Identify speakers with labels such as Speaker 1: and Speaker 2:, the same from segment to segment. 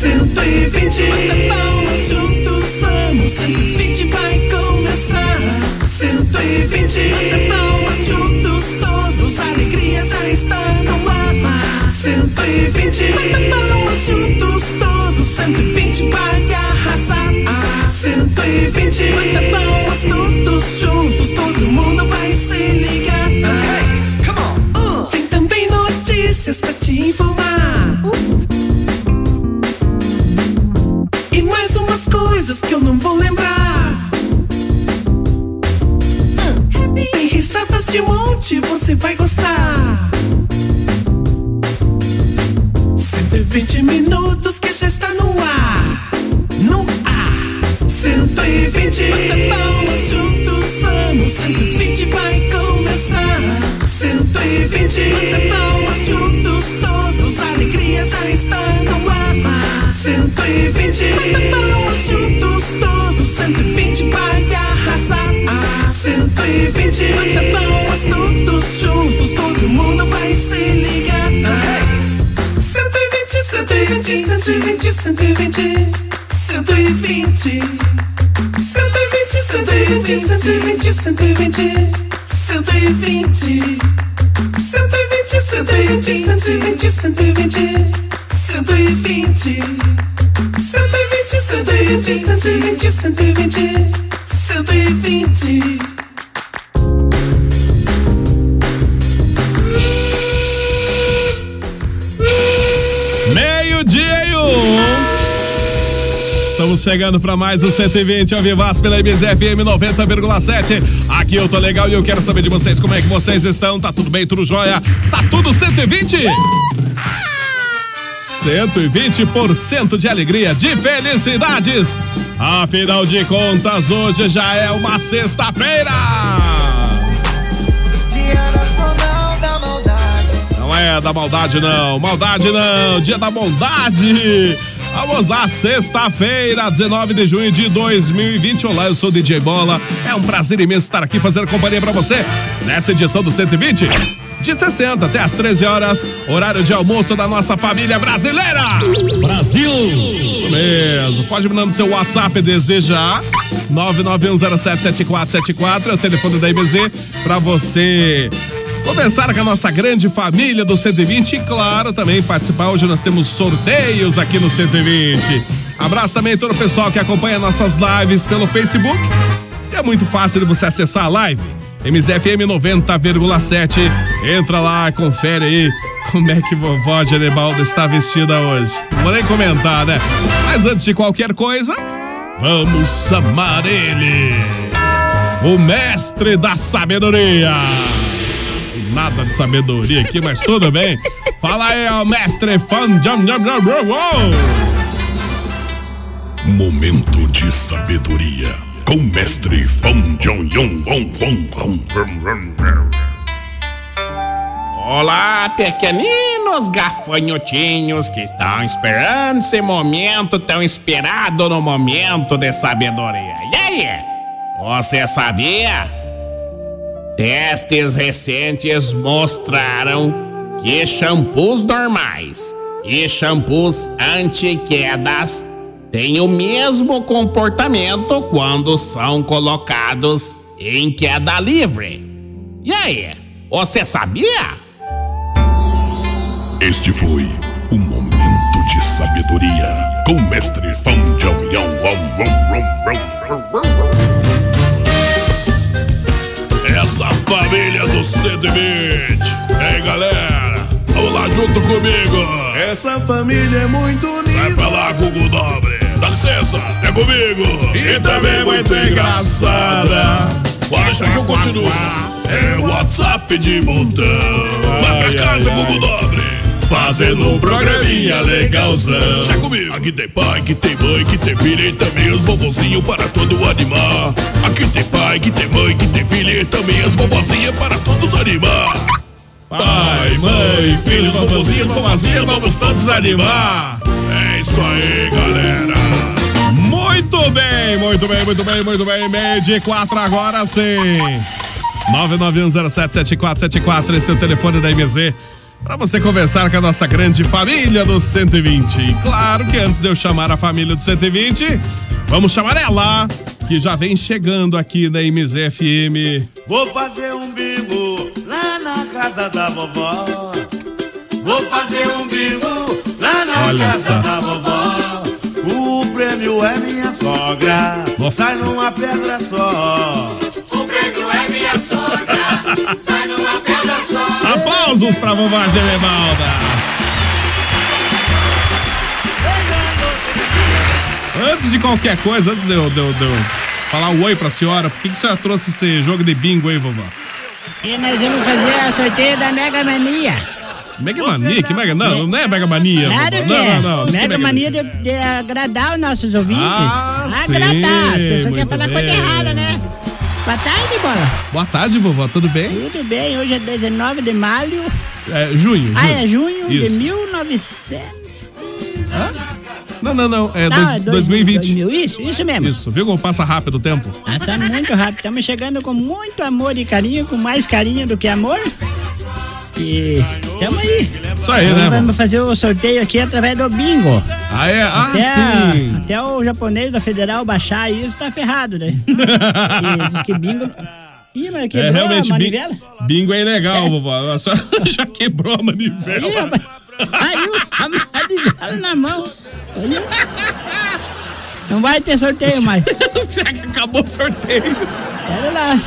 Speaker 1: 120 Bata palmas juntos, vamos 120 vai começar 120 Bata palmas juntos todos A alegria já está no ar 120 Bata palmas juntos todos 120 vai arrasar Ah, 120 Bata palmas todos juntos Todo mundo vai se ligar Tem também notícias pra te informar e mais umas coisas que eu não vou lembrar. Tem risadas de monte, você vai gostar. 120 minutos que já está no ar. No ar. 120. Bata palmas juntos, vamos. 120 vai começar. 120. Bata palmas juntos todos, a alegria já está no ar. 120. Bata palmas juntos todos, 120 vai arrasar. 120. Bata palmas todos juntos, todo mundo vai se ligar. 120, 120, 120, 120. 120. 120, 120, 120, 120. 120. 120, 120, 120, 120. 120. 120, 120, 120, 120. 120.
Speaker 2: Meio-dia e um. Estamos chegando para mais um 120 ao Vivaço pela IBZFM 90,7. Aqui eu tô legal e eu quero saber de vocês como é que vocês estão. Tá tudo bem, tudo jóia? Tá tudo 120? 120% de alegria, de felicidades. Afinal de contas, hoje já é uma sexta-feira.
Speaker 3: Dia Nacional da Maldade.
Speaker 2: Não é da maldade, não. Maldade, não. Dia da bondade. Vamos lá, sexta-feira, 19 de junho de 2020. Olá, eu sou o DJ Bola. É um prazer imenso estar aqui fazendo companhia pra você nessa edição do 120. De 60 até as 13 horas, horário de almoço da nossa família brasileira.
Speaker 4: Brasil!
Speaker 2: Isso mesmo. Pode mandar no seu WhatsApp desde já. 991077474 é o telefone da IBZ pra você começar com a nossa grande família do 120 e claro, também participar. Hoje nós temos sorteios aqui no 120. Abraço também a todo o pessoal que acompanha nossas lives pelo Facebook. E é muito fácil de você acessar a live. MZFM 90,7. Entra lá, confere aí como é que vovó Genebaldo está vestida hoje? Não vou nem comentar, né? Mas antes de qualquer coisa, vamos amar ele!
Speaker 5: Ah,
Speaker 2: O mestre da sabedoria! Nada de sabedoria aqui, mas tudo bem. Fala aí, ó, mestre Fan Jam Jam Jam Jam, uou!
Speaker 6: Momento de sabedoria com o mestre Fam Jong Yong Wong Wong Wong Wong Wong Wong.
Speaker 7: Olá, pequeninos gafanhotinhos que estão esperando esse momento tão esperado no momento de sabedoria. E aí? Você sabia? Testes recentes mostraram que shampoos normais e shampoos anti-quedas têm o mesmo comportamento quando são colocados em queda livre. E aí? Você sabia?
Speaker 6: Este foi o momento de sabedoria com o mestre Fam Jong Yong Wong Wong Wong Wong Wong. Essa família do 120. Ei galera, vamos lá junto comigo.
Speaker 3: Essa família é muito
Speaker 6: Sai
Speaker 3: unida.
Speaker 6: pra lá, Google Dobre. Dá licença, é comigo. E, também é muito engraçada. Deixa que eu
Speaker 3: Ah,
Speaker 6: continuo. É WhatsApp de montão. Vai pra casa, Google Dobre. fazendo um programinha legalzão. Chega comigo. Aqui tem pai, que tem mãe, que tem filha e também os bobozinhos para todo animar. Aqui tem pai, que tem mãe, que tem filha e também as bobozinhas para todos animar. Pai, mãe, filhos, bobozinhas, bobozinhas, vamos todos animar. É isso aí, galera.
Speaker 2: Muito bem, muito bem, muito bem, muito bem. Meio de quatro agora sim. 991077474, esse é o telefone da MZ. Pra você conversar com a nossa grande família do 120. E claro que antes de eu chamar a família do 120, vamos chamar ela, que já vem chegando aqui na MZFM.
Speaker 8: Vou fazer um bingo lá na casa da vovó. Vou fazer um bingo lá na
Speaker 2: Olha
Speaker 8: casa
Speaker 2: só.
Speaker 8: da vovó. O prêmio é minha sogra.
Speaker 2: Nossa.
Speaker 8: Sai numa pedra só.
Speaker 1: O prêmio é minha sogra, sai numa pedra só.
Speaker 2: Aplausos pra vovó Genevalda. Antes de qualquer coisa, antes de eu, de eu- de eu falar o oi pra senhora, por que, que a senhora trouxe esse jogo de bingo aí, vovó?
Speaker 9: E nós vamos fazer a sorteio da Mega Mania.
Speaker 2: Mega Mania, que mega... Não, não é Mega Mania.
Speaker 9: Claro
Speaker 2: vovó.
Speaker 9: que
Speaker 2: não,
Speaker 9: é.
Speaker 2: não, não, não tem
Speaker 9: Mega Mania de, de agradar os nossos ouvintes.
Speaker 2: Ah,
Speaker 9: agradar. As
Speaker 2: sim,
Speaker 9: pessoas
Speaker 2: muito
Speaker 9: querem falar coisa
Speaker 2: bem.
Speaker 9: errada, né? Boa tarde, bola.
Speaker 2: Boa tarde, vovó, tudo bem?
Speaker 9: Tudo bem? Hoje é 19 de maio.
Speaker 2: É, junho, junho.
Speaker 9: Ah, é junho
Speaker 2: Isso.
Speaker 9: de 1900.
Speaker 2: Não, não, não, é
Speaker 9: Não,
Speaker 2: dois-
Speaker 9: é dois-
Speaker 2: 2020.
Speaker 9: 2000, isso, isso mesmo.
Speaker 2: Isso, viu como passa rápido o tempo?
Speaker 9: Passa muito rápido. Estamos chegando com muito amor e carinho, com mais carinho do que amor. E tamo aí.
Speaker 2: Isso aí, né,
Speaker 9: Vamos-
Speaker 2: vovó?
Speaker 9: Vamos fazer o sorteio aqui através do bingo.
Speaker 2: Ah, é? Ah,
Speaker 9: Até,
Speaker 2: sim.
Speaker 9: até o japonês da Federal baixar isso, tá ferrado, né? Porque diz que bingo. Ih, mas quebrou
Speaker 2: é realmente
Speaker 9: a
Speaker 2: bingo,
Speaker 9: manivela?
Speaker 2: bingo é ilegal, vovó. A senhora já quebrou a manivela.
Speaker 9: Ih, rapaz, saiu a manivela na mão. Olha. Não vai ter sorteio mais.
Speaker 2: Já que acabou o sorteio.
Speaker 9: Pera lá.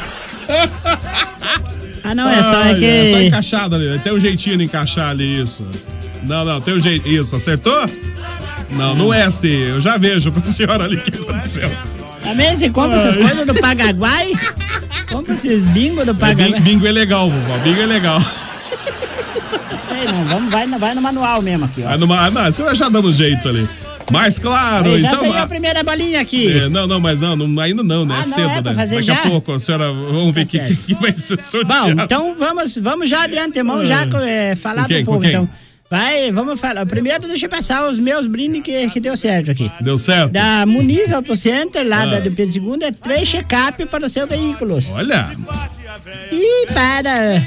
Speaker 9: Ah, não, é só
Speaker 2: Ai,
Speaker 9: é que.
Speaker 2: é só encaixado ali. Tem um jeitinho de encaixar ali isso. Não, não, tem um jeito. Isso, acertou? Não, não é assim. Eu já vejo pra senhora ali o que aconteceu. É
Speaker 9: Também se compra essas coisas do Paraguai. Compra esses bingos do
Speaker 2: É, bin-
Speaker 9: Paraguai.
Speaker 2: bingo é legal, vovó. Bingo é legal.
Speaker 9: Sei não, vamos, vai, no- vai no manual mesmo aqui, ó.
Speaker 2: Ah, numa, ah, não, você já dando jeito ali. Mas claro,
Speaker 9: Aí, já
Speaker 2: então.
Speaker 9: saiu a
Speaker 2: ah,
Speaker 9: primeira bolinha aqui.
Speaker 2: é, não, não, mas não, não, ainda não, né?
Speaker 9: Ah,
Speaker 2: é
Speaker 9: não
Speaker 2: cedo,
Speaker 9: é pra
Speaker 2: né?
Speaker 9: fazer
Speaker 2: Daqui a
Speaker 9: já?
Speaker 2: pouco, a senhora, vamos ver o
Speaker 9: Tá
Speaker 2: que, que,
Speaker 9: certo.
Speaker 2: que vai ser sorteado.
Speaker 9: Bom, então vamos, vamos já de antemão já co- eh, falar
Speaker 2: Ah. Com quem?
Speaker 9: pro povo,
Speaker 2: Com quem?
Speaker 9: então. Vai, vamos falar. Primeiro, deixa eu passar os meus brindes que, que deu certo aqui.
Speaker 2: Deu certo?
Speaker 9: Da Muniz Auto Center, lá
Speaker 2: Ah.
Speaker 9: da, do Pedro II, é três check-up para os seus veículos.
Speaker 2: Olha,
Speaker 9: E para.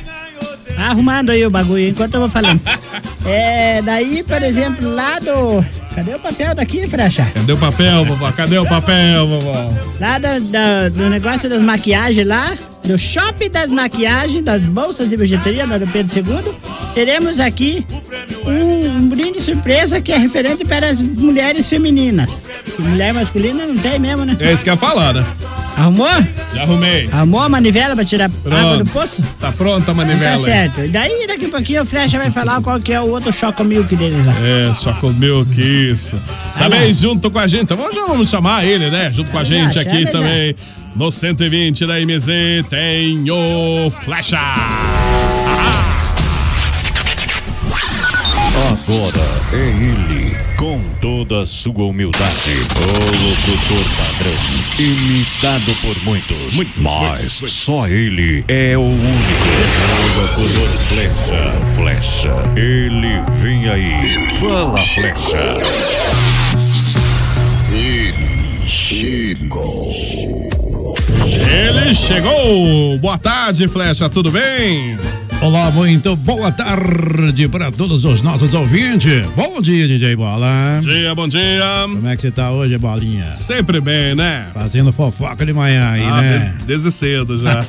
Speaker 9: Arrumando aí o bagulho, enquanto eu vou falando. é, daí, por exemplo, lá do. Cadê o papel daqui, Fracha?
Speaker 2: cadê o papel, vovó? Cadê o papel, vovó?
Speaker 9: Lá da- da- do negócio das maquiagens lá, do shopping das maquiagens, das bolsas e bijuteria da do Pedro II, teremos aqui um, um brinde surpresa que é referente para as mulheres femininas. Mulher masculina não tem mesmo, né?
Speaker 2: É isso que eu ia falar, né?
Speaker 9: Arrumou?
Speaker 2: Já arrumei.
Speaker 9: Arrumou a manivela para tirar água do
Speaker 2: Pronto.
Speaker 9: poço?
Speaker 2: Tá pronta
Speaker 9: Tá
Speaker 2: a manivela?
Speaker 9: certo. E Daí daqui a pouquinho o Flecha vai falar qual que é o outro chocomilk dele lá.
Speaker 2: É, só comeu que isso. Também junto com a gente, então já vamos chamar ele, né? Junto com a
Speaker 9: Chama
Speaker 2: gente
Speaker 9: já,
Speaker 2: aqui
Speaker 9: chama Tá já.
Speaker 2: também. No 120 da MZ tem o Flecha. Ah,
Speaker 5: Agora é ele, com toda a sua humildade, o locutor padrão, imitado por muitos, mas só ele é o único. É O locutor flecha, flecha, ele vem aí, fala flecha.
Speaker 2: Ele chegou! Boa tarde, Flecha, tudo bem?
Speaker 10: Olá, muito boa tarde para todos os nossos ouvintes. Bom dia, DJ Bola.
Speaker 2: Bom dia, bom dia.
Speaker 10: Como é que você tá hoje, Bolinha?
Speaker 2: Sempre bem, né?
Speaker 10: Fazendo fofoca de manhã aí,
Speaker 2: Ah,
Speaker 10: né?
Speaker 2: des- desde cedo já.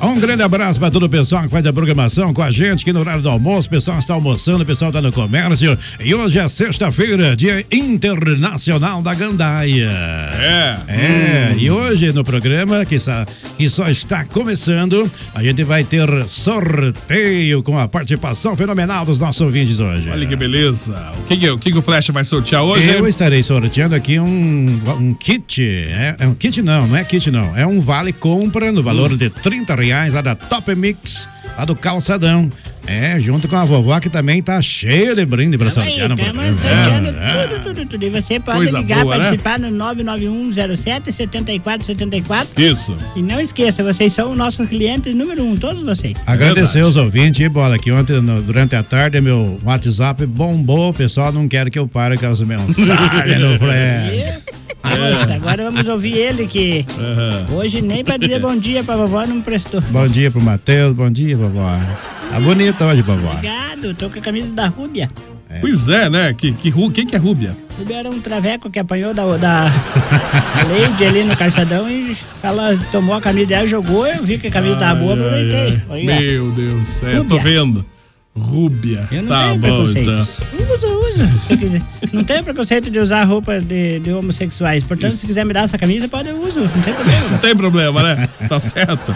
Speaker 10: Um grande abraço para todo o pessoal que faz a programação com a gente aqui no horário do almoço. O pessoal está almoçando, o pessoal está no comércio. E hoje é sexta-feira, Dia Internacional da Gandaia.
Speaker 2: é.
Speaker 10: É, e hoje no programa, que só, que só está começando, a gente vai ter sorteio com a participação fenomenal dos nossos ouvintes hoje.
Speaker 2: Olha que beleza. O que, que, o, que que o Flecha vai sortear hoje? é-
Speaker 10: Eu
Speaker 2: hein?
Speaker 10: estarei sorteando aqui um, um kit. É, é um
Speaker 2: Hum.
Speaker 10: kit não, não é kit não. É um vale compra no valor de 30 reais lá da Top Mix. lá do Calçadão. É, junto com a vovó que também tá cheia de brinde pra
Speaker 9: Tamo aí,
Speaker 10: Santiago.
Speaker 9: tamo sorteando
Speaker 2: é.
Speaker 9: tudo, tudo, tudo. E você pode
Speaker 10: Coisa
Speaker 9: ligar,
Speaker 10: boa, né?
Speaker 9: participar no 99107-7474.
Speaker 2: Isso.
Speaker 9: E não esqueça, vocês são nossos clientes número um, todos vocês.
Speaker 10: Agradecer aos ouvintes e bola, que ontem, no- durante a tarde, meu WhatsApp bombou. O pessoal não quer que eu pare com as mensagens no pré.
Speaker 2: É.
Speaker 9: Nossa, agora vamos ouvir ele que
Speaker 10: Aham.
Speaker 9: hoje nem pra dizer bom dia pra vovó não prestou.
Speaker 10: Bom dia pro Matheus, bom dia, vovó. Tá bonita hoje, vovó.
Speaker 9: Obrigado, tô com a camisa da Rúbia.
Speaker 2: Pois é, né? Que, que, ru- quem que é Rúbia?
Speaker 9: Rúbia era um traveco que apanhou da, da da Lady ali no calçadão e ela tomou a camisa dela, jogou, eu vi que a camisa tava boa, aproveitei.
Speaker 2: Ai, ai.
Speaker 9: Olha lá.
Speaker 2: Meu Deus, é, tô
Speaker 9: Rúbia.
Speaker 2: vendo. Rúbia.
Speaker 9: Eu não
Speaker 2: tá
Speaker 9: tenho
Speaker 2: bom,
Speaker 9: preconceito.
Speaker 2: então.
Speaker 9: Usa, usa, se quiser. Não tem preconceito de usar roupa de, de homossexuais. Portanto, se quiser me dar essa camisa, pode eu uso. Não tem problema.
Speaker 2: Não tem problema, né? Tá certo.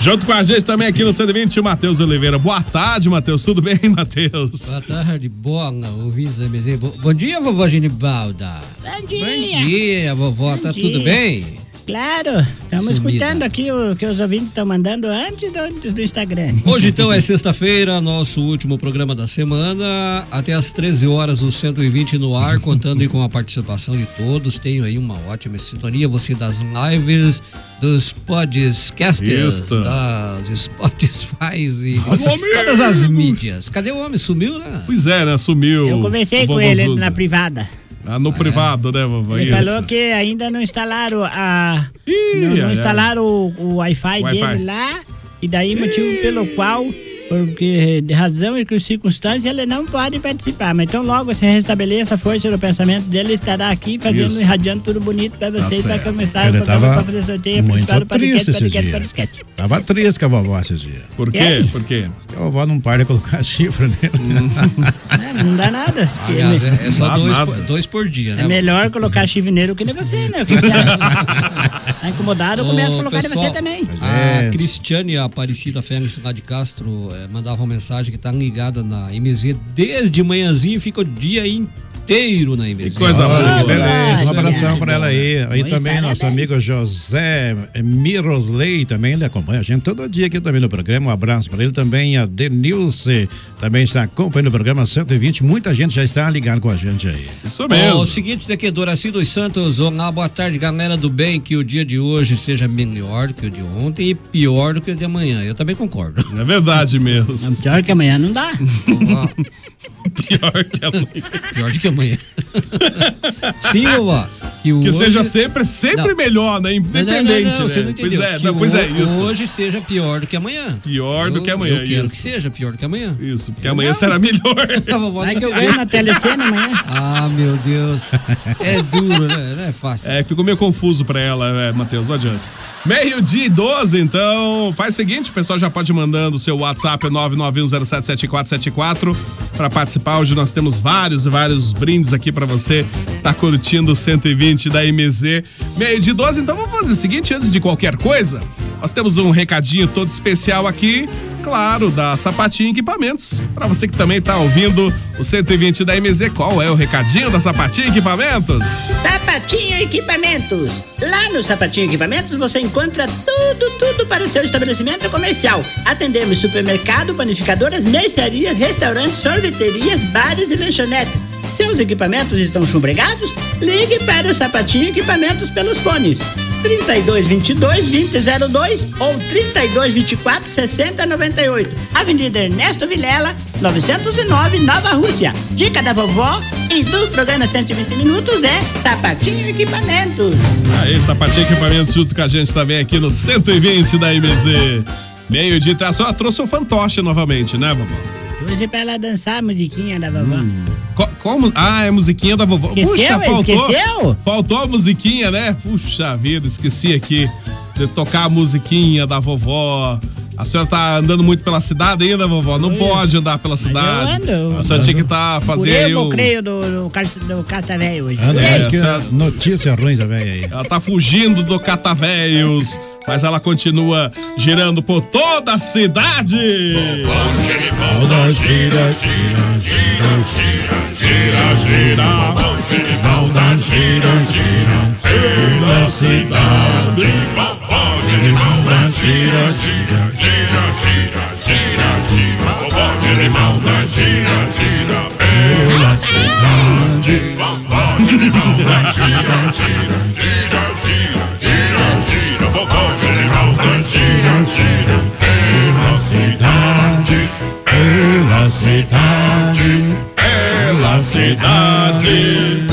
Speaker 2: Junto com a gente também aqui no 120, o Matheus Oliveira. Boa tarde, Matheus. Tudo bem, Matheus?
Speaker 11: Boa tarde, bola, ouvintes da MZ. Bo- Bom dia, vovó Genibalda.
Speaker 9: Bom dia.
Speaker 11: Bom dia, vovó, tá
Speaker 9: Bom
Speaker 11: tudo
Speaker 9: dia.
Speaker 11: bem?
Speaker 9: Claro, estamos
Speaker 11: Sumida.
Speaker 9: escutando aqui o que os ouvintes estão mandando antes do, do Instagram.
Speaker 11: Hoje, então, é sexta-feira, nosso último programa da semana. Até às 13 horas, o 120 no ar, contando aí com a participação de todos. Tenho aí uma ótima sintonia, você das lives, dos podcasters,
Speaker 2: Isto.
Speaker 11: das Spotify e
Speaker 2: Alô, amigo! Ah,
Speaker 11: todas as mídias. Cadê o homem? Sumiu, né?
Speaker 2: Pois é, né? Sumiu.
Speaker 9: Eu conversei
Speaker 2: o
Speaker 9: com
Speaker 2: vovô
Speaker 9: ele
Speaker 2: Zuza.
Speaker 9: na privada.
Speaker 2: Ah,
Speaker 11: É.
Speaker 2: no privado, né, vovó?
Speaker 9: Ele
Speaker 2: Isso.
Speaker 9: falou que ainda não instalaram a. não, não
Speaker 2: ai, ai.
Speaker 9: instalaram o, o Wi-Fi
Speaker 2: Wi-Fi.
Speaker 9: dele lá. E daí motivo pelo qual, porque de razão e por circunstância, ele não pode participar. Mas então logo se restabeleça a força do pensamento dele, ele estará aqui fazendo,
Speaker 10: Isso.
Speaker 9: irradiando tudo bonito pra vocês, pra
Speaker 10: certo.
Speaker 9: começar
Speaker 10: Ele
Speaker 9: o programa,
Speaker 10: tava
Speaker 9: pra fazer sorteio,
Speaker 10: muito
Speaker 9: participar do podcast,
Speaker 10: triste esse
Speaker 9: podcast,
Speaker 10: dia.
Speaker 9: podcast.
Speaker 10: Tava triste com a vovó esses dias.
Speaker 2: Por
Speaker 9: quê? E aí?
Speaker 2: Por quê?
Speaker 10: Porque a vovó não para de colocar chifre nele.
Speaker 9: Não dá nada. Se
Speaker 11: Aliás,
Speaker 9: ele-
Speaker 11: é, é só
Speaker 10: Dá
Speaker 11: dois
Speaker 10: nada.
Speaker 11: por, dois por dia,
Speaker 9: É
Speaker 11: né?
Speaker 9: melhor colocar chivineiro que nem você, né? O que você acha? Tá incomodado, começa a
Speaker 11: Ô,
Speaker 9: colocar em você
Speaker 11: pessoal,
Speaker 9: também.
Speaker 10: É.
Speaker 11: A Cristiane Aparecida Félix lá de Castro eh, mandava uma mensagem que tá ligada na MZ desde manhãzinho e fica o dia inteiro na MZ.
Speaker 10: Coisa boa.
Speaker 9: Ah,
Speaker 10: beleza. Um abração pra ela aí. Aí também nosso amigo José Mirosley também, ele acompanha a gente todo dia aqui também no programa. Um abraço pra ele também. A Denilce também está acompanhando o programa 120. Muita gente já está ligada com a gente aí.
Speaker 2: Isso
Speaker 11: Ó, o seguinte daqui, é Doraci dos Santos, olá, boa tarde, galera do bem, que o dia de hoje seja melhor do que o de ontem e pior do que o de amanhã. Eu também concordo.
Speaker 2: É verdade mesmo.
Speaker 9: Pior que amanhã não dá.
Speaker 2: Pior que amanhã.
Speaker 11: Pior do que amanhã. Sim, vovó. Que, hoje-
Speaker 2: seja sempre, sempre
Speaker 11: Não.
Speaker 2: melhor, né?
Speaker 11: Não, não,
Speaker 2: Independente.
Speaker 11: não, não, você
Speaker 2: né?
Speaker 11: não entendeu.
Speaker 2: Pois é,
Speaker 11: Que
Speaker 2: não, pois é,
Speaker 11: ho-
Speaker 2: isso.
Speaker 11: Hoje seja pior do que amanhã.
Speaker 2: Pior do
Speaker 11: Eu-
Speaker 2: que amanhã.
Speaker 11: Eu quero
Speaker 2: isso.
Speaker 11: que seja pior do que amanhã.
Speaker 2: Isso, porque amanhã será melhor.
Speaker 11: Tá
Speaker 9: Vai que eu ganho na TLC amanhã.
Speaker 11: Ah, meu Deus. É duro, né? Não é fácil.
Speaker 2: É, ficou meio confuso pra ela, é, Matheus, não adianta. Meio-dia e 12, então faz o seguinte, o pessoal já pode ir mandando o seu WhatsApp é 991077474 pra participar. Hoje nós temos vários e vários brindes aqui pra você tá curtindo o 120 da MZ. Meio-dia e 12, então vamos fazer o seguinte, antes de qualquer coisa, nós temos um recadinho todo especial aqui, claro, da Sapatinho Equipamentos. Pra você que também tá ouvindo o 120 da MZ, qual é o recadinho da Sapatinho Equipamentos?
Speaker 9: Sapatinho Equipamentos. Lá no Sapatinho Equipamentos você encontra tudo, tudo para o seu estabelecimento comercial. Atendemos supermercado, panificadoras, mercearias, restaurantes, sorveterias, bares e lanchonetes. Seus equipamentos estão chumbregados? Ligue para o Sapatinho Equipamentos pelos fones 3222 2002 ou 3224 6098. Avenida Ernesto Vilela, 909, Nova Rússia. Dica da vovó e do programa 120 Minutos é Sapatinho Equipamentos.
Speaker 2: Aí, Sapatinho Equipamentos junto com a gente também aqui no 120 da MZ. Meio dia, tá? Só trouxe o fantoche novamente, né, vovó?
Speaker 9: Hoje pra ela dançar a musiquinha da vovó.
Speaker 2: Co- como? Ah, é a musiquinha da vovó.
Speaker 9: Hum. Esqueceu,
Speaker 2: Puxa,
Speaker 9: hein?
Speaker 2: faltou.
Speaker 9: Esqueceu?
Speaker 2: Faltou a musiquinha, né? Puxa vida, esqueci aqui de tocar a musiquinha da vovó. A senhora tá andando muito pela cidade ainda, vovó? Não pode andar pela cidade.
Speaker 9: ando.
Speaker 2: Ah, A senhora tinha que estar fazendo
Speaker 9: Furei
Speaker 2: aí
Speaker 9: o
Speaker 2: o.
Speaker 9: creio do, do, car- do Castavéio hoje.
Speaker 10: Anda,
Speaker 2: É,
Speaker 10: mais que
Speaker 2: essa-
Speaker 10: notícia ruim também aí.
Speaker 2: Ela tá fugindo do Catavéios, mas ela continua girando por toda a cidade.
Speaker 10: Toda gira, gira, gira,
Speaker 6: gira, gira, gira. Vovó Genivalda gira, gira pela cidade. Vovó Genivalda gira, gira, gira, gira, gira gira, gira, é a cidade. Vovó Genivalda, gira, gira, gira, gira, gira, gira. Vovó Genivalda, gira, gira, é a cidade. Pela cidade, pela cidade.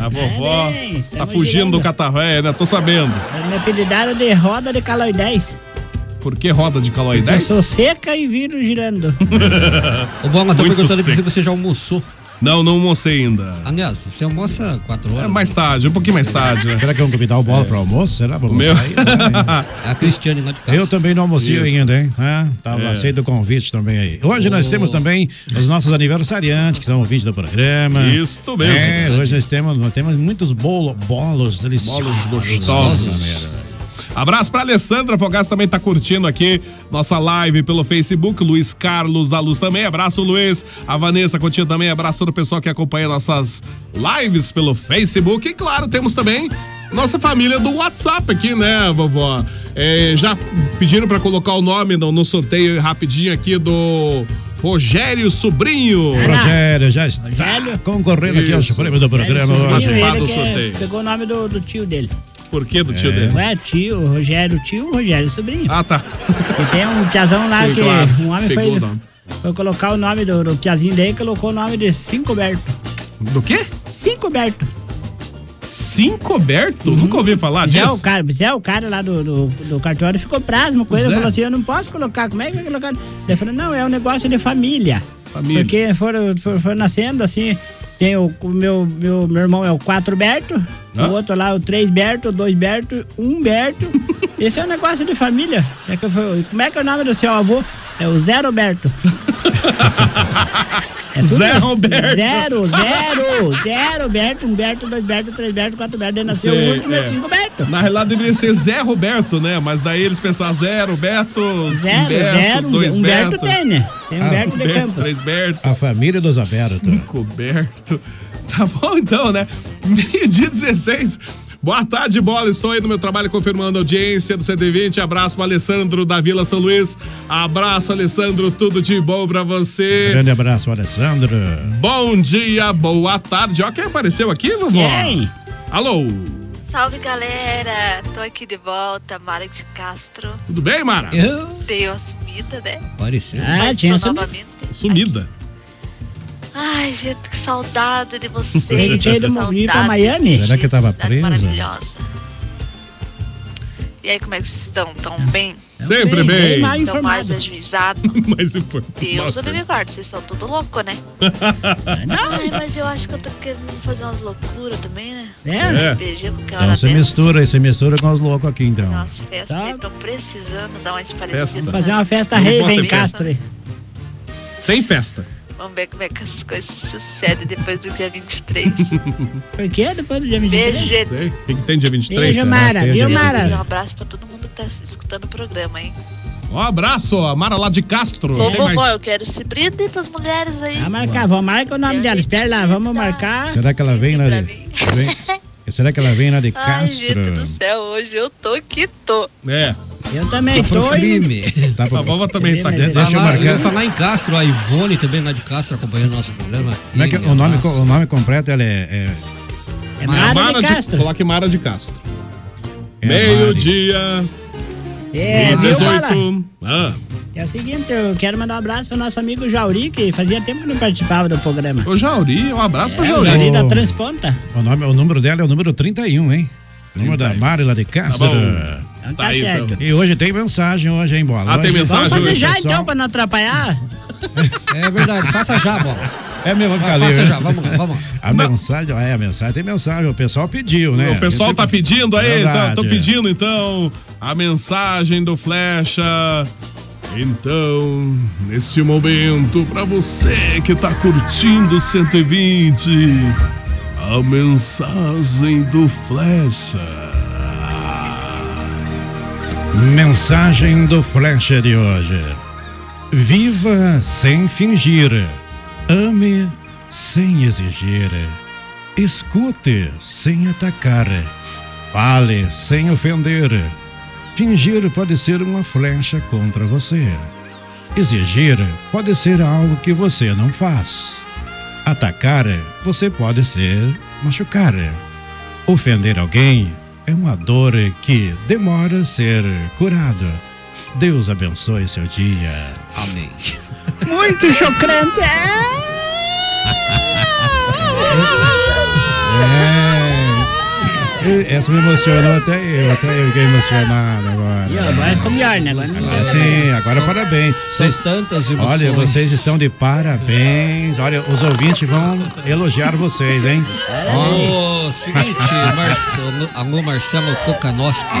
Speaker 2: A vovó tá
Speaker 9: estamos
Speaker 2: fugindo
Speaker 9: girando.
Speaker 2: do catarré, né? Tô sabendo.
Speaker 9: Me apelidaram de roda de caloidez.
Speaker 2: Por que roda de calói
Speaker 9: Eu
Speaker 2: 10?
Speaker 9: sou seca e viro girando.
Speaker 2: assim. o
Speaker 11: Bola tá perguntando se
Speaker 2: você já almoçou. Não, não almocei ainda. Aliás, você almoça 4 horas? É mais tarde, um pouquinho mais tarde, né?
Speaker 10: Será que vão convidar o bola pro almoço? Será? Pra
Speaker 2: O meu?
Speaker 10: almoçar aí?
Speaker 2: a Cristiane lá de
Speaker 10: Eu também não almocei
Speaker 2: Tá Isso.
Speaker 10: ainda, hein? Ah, tava
Speaker 2: É.
Speaker 10: aceito o convite também aí. Hoje nós
Speaker 2: Oh.
Speaker 10: temos também os nossos aniversariantes, que são ouvintes do programa.
Speaker 2: Isto mesmo.
Speaker 10: É, hoje nós temos, nós temos muitos bolo, bolos deliciosos.
Speaker 2: Bolos gostosos. Abraço pra Alessandra Fogaça também tá curtindo aqui nossa live pelo Facebook. Luiz Carlos da Luz também. Abraço, Luiz. A Vanessa Coutinho também. Abraço todo o pessoal que acompanha nossas lives pelo Facebook. E claro, temos também nossa família do WhatsApp aqui, né, vovó? É, já pediram pra colocar o nome no, no sorteio rapidinho aqui do Rogério Sobrinho.
Speaker 10: Rogério já está concorrendo aqui aos
Speaker 2: Isso.
Speaker 10: prêmios do
Speaker 9: É
Speaker 10: programa.
Speaker 2: Rogério
Speaker 10: hoje.
Speaker 2: Participar
Speaker 9: Ele
Speaker 2: do
Speaker 9: que
Speaker 2: sorteio.
Speaker 9: Pegou o nome do, do tio dele.
Speaker 2: Por que do tio
Speaker 10: É.
Speaker 2: dele?
Speaker 9: Ué, tio, Rogério, tio, Rogério, sobrinho.
Speaker 2: Ah, tá.
Speaker 9: E tem um tiazão lá
Speaker 2: Sim,
Speaker 9: que
Speaker 2: claro.
Speaker 9: um homem
Speaker 2: Pegou
Speaker 9: foi,
Speaker 2: o nome.
Speaker 9: foi colocar o nome do, do tiazinho dele e colocou o nome de Cinco Berto.
Speaker 2: Do quê?
Speaker 9: Cinco Berto.
Speaker 2: Cinco Berto? Nunca ouvi falar
Speaker 9: Zé,
Speaker 2: disso.
Speaker 9: Uhum. o cara, Zé, o cara lá do, do, do cartório ficou prasmo com ele.
Speaker 2: Zé?
Speaker 9: Falou assim: eu não posso colocar, como é que vai colocar? Ele falou: não, é um negócio de família.
Speaker 2: Família.
Speaker 9: Porque foram, foram, foram nascendo assim. Tem o, o meu, meu, meu irmão é o 4 Berto,
Speaker 2: Hã?
Speaker 9: o outro lá, é o 3 Berto, o 2 Berto, 1 Berto. Esse é um negócio de família. É que eu fui- como é que é o nome do seu avô? É o Zé Roberto. É tudo-
Speaker 1: Zé Roberto.
Speaker 9: Zero, zero, zero, Berto, um Berto, dois Berto, três Berto, quatro Berto, daí nasceu
Speaker 2: Sei,
Speaker 9: o último, é
Speaker 2: é.
Speaker 9: cinco Berto.
Speaker 2: Na realidade deveria ser Zé Roberto, né? Mas daí eles pensaram Zé Roberto,
Speaker 9: Zero,
Speaker 2: Humberto,
Speaker 9: zero,
Speaker 2: dois
Speaker 9: Humberto
Speaker 2: Berto. Ah,
Speaker 9: tem, né? Tem Humberto de
Speaker 2: Humberto,
Speaker 9: Campos.
Speaker 2: Três Berto.
Speaker 10: A família dos Aberto.
Speaker 2: Cinco Berto. Tá bom então, né? Meio-dia 16. Boa tarde, bola. Estou aí no meu trabalho confirmando a audiência do CD20. Abraço para Alessandro da Vila São Luís. Abraço, Alessandro. Tudo de bom para você.
Speaker 10: Grande abraço, Alessandro.
Speaker 2: Bom dia, boa tarde. Ó, quem apareceu aqui, vovó?
Speaker 12: Quem?
Speaker 2: Alô,
Speaker 12: Salve galera, tô aqui de volta, Mara de Castro.
Speaker 2: tudo bem, Mara?
Speaker 12: Dei uma sumida, né?
Speaker 2: Apareceu.
Speaker 12: Mas tô novamente.
Speaker 2: Sumida.
Speaker 12: Ai, gente, que saudade de vocês.
Speaker 9: Tem
Speaker 12: que
Speaker 9: do Mogri pra
Speaker 12: saudade.
Speaker 9: Miami.
Speaker 10: Será que tava presa?
Speaker 12: Maravilhosa. E aí, como é que vocês estão? Tão bem?
Speaker 2: Sempre bem. bem mal
Speaker 12: Tão mais
Speaker 2: informado.
Speaker 12: ajuizado.
Speaker 2: Mas se for.
Speaker 12: Deus né? o livre guarda, vocês estão tudo louco, né?
Speaker 10: É Então,
Speaker 12: Ai, mas eu acho que eu tô querendo fazer umas loucuras também, né?
Speaker 10: É.
Speaker 12: Uns
Speaker 10: É.
Speaker 12: RPG, qualquer hora
Speaker 10: Então você
Speaker 12: dessa.
Speaker 10: mistura, aí você mistura com os loucos aqui então.
Speaker 12: Fazer umas festas, aí, tô precisando dar uma esparecida. Uhum.
Speaker 9: Fazer uma festa
Speaker 12: Não
Speaker 9: rave
Speaker 12: bota
Speaker 9: em
Speaker 12: festa.
Speaker 9: Castro. hein?
Speaker 2: Sem festa.
Speaker 12: Vamos ver como é que as coisas sucedem depois do dia 23.
Speaker 9: Por quê? é Depois do dia
Speaker 12: Beijo.
Speaker 9: 23?
Speaker 2: Sei. O que, que tem dia 23?
Speaker 9: Beijo, Mara.
Speaker 2: Né? Tem dia
Speaker 9: Viu, Mara?
Speaker 12: Um abraço pra todo mundo que tá escutando o programa, hein?
Speaker 2: Um abraço, ó, Mara lá de Castro.
Speaker 12: Ô,
Speaker 2: Tem
Speaker 12: vovó,
Speaker 2: mais-
Speaker 12: eu quero se brinde pras mulheres aí.
Speaker 9: Vamos marcar, vamos marcar o nome dela. Espera lá, vamos marcar.
Speaker 10: Será que ela vem na de... vem- Será que ela vem na de
Speaker 12: Ai,
Speaker 10: Castro?
Speaker 12: gente do céu, hoje eu tô que tô.
Speaker 2: É.
Speaker 9: Eu também tô.
Speaker 10: Tá pro...
Speaker 2: A vovó também tá
Speaker 10: De-
Speaker 9: né?
Speaker 2: aqui.
Speaker 10: Deixa eu
Speaker 11: Falar,
Speaker 10: marcar.
Speaker 11: eu
Speaker 9: tá
Speaker 11: falar em Castro, a Ivone também lá de Castro acompanhando o nosso programa.
Speaker 10: Como é que é o nome, co- o nome completo ela é, é
Speaker 9: É
Speaker 2: Mara,
Speaker 11: Mara de
Speaker 2: de
Speaker 11: Castro.
Speaker 2: Coloque Mara de Castro.
Speaker 10: É
Speaker 2: Meio-dia.
Speaker 9: É,
Speaker 2: e
Speaker 9: viu,
Speaker 2: 18. Ah,
Speaker 9: É o seguinte, eu quero mandar um abraço pro nosso amigo Jauri, que fazia tempo que não participava do programa.
Speaker 2: Ô, Jauri, um abraço
Speaker 10: pro
Speaker 9: é,
Speaker 10: Jauri.
Speaker 9: O Jauri da
Speaker 10: Ô.
Speaker 9: Transponta.
Speaker 10: o nome, o número dela é o número 31, hein? O número da
Speaker 2: um.
Speaker 10: Mari lá de Castro.
Speaker 9: Tá Tá aí, certo. então.
Speaker 10: E hoje tem mensagem hoje, hein, bola?
Speaker 2: Ah, tem
Speaker 10: Hoje-
Speaker 2: mensagem
Speaker 9: Vamos fazer já então, pra não atrapalhar.
Speaker 10: É verdade, faça já, bola. É mesmo, vamos ficar
Speaker 11: Faça
Speaker 10: livre.
Speaker 11: já, vamos lá, vamos
Speaker 10: A mensagem, é, a mensagem tem mensagem, o pessoal pediu, né?
Speaker 2: O pessoal tá pedindo aí, tá,
Speaker 10: Verdade. é.
Speaker 2: tô pedindo então a mensagem do Flecha. Então, neste momento, pra você que tá curtindo o 120, a mensagem do Flecha.
Speaker 10: Mensagem do Flecha de hoje. Viva sem fingir. Ame sem exigir. Escute sem atacar. Fale sem ofender. Fingir pode ser uma flecha contra você. Exigir pode ser algo que você não faz. Atacar você pode ser machucar. Ofender alguém é uma dor que demora a ser curado. Deus abençoe seu dia.
Speaker 11: Amém.
Speaker 9: Muito chocante. É.
Speaker 10: É, essa me emocionou até eu, até eu fiquei emocionado
Speaker 9: E
Speaker 10: agora.
Speaker 9: agora ficou melhor, né? Agora não
Speaker 10: É, sim, agora parabéns.
Speaker 11: São tantas emoções.
Speaker 10: Olha, vocês estão de parabéns. Olha, os ouvintes vão elogiar vocês, hein?
Speaker 11: Ô, seguinte, Marcelo, alô Marcelo Kokanoski.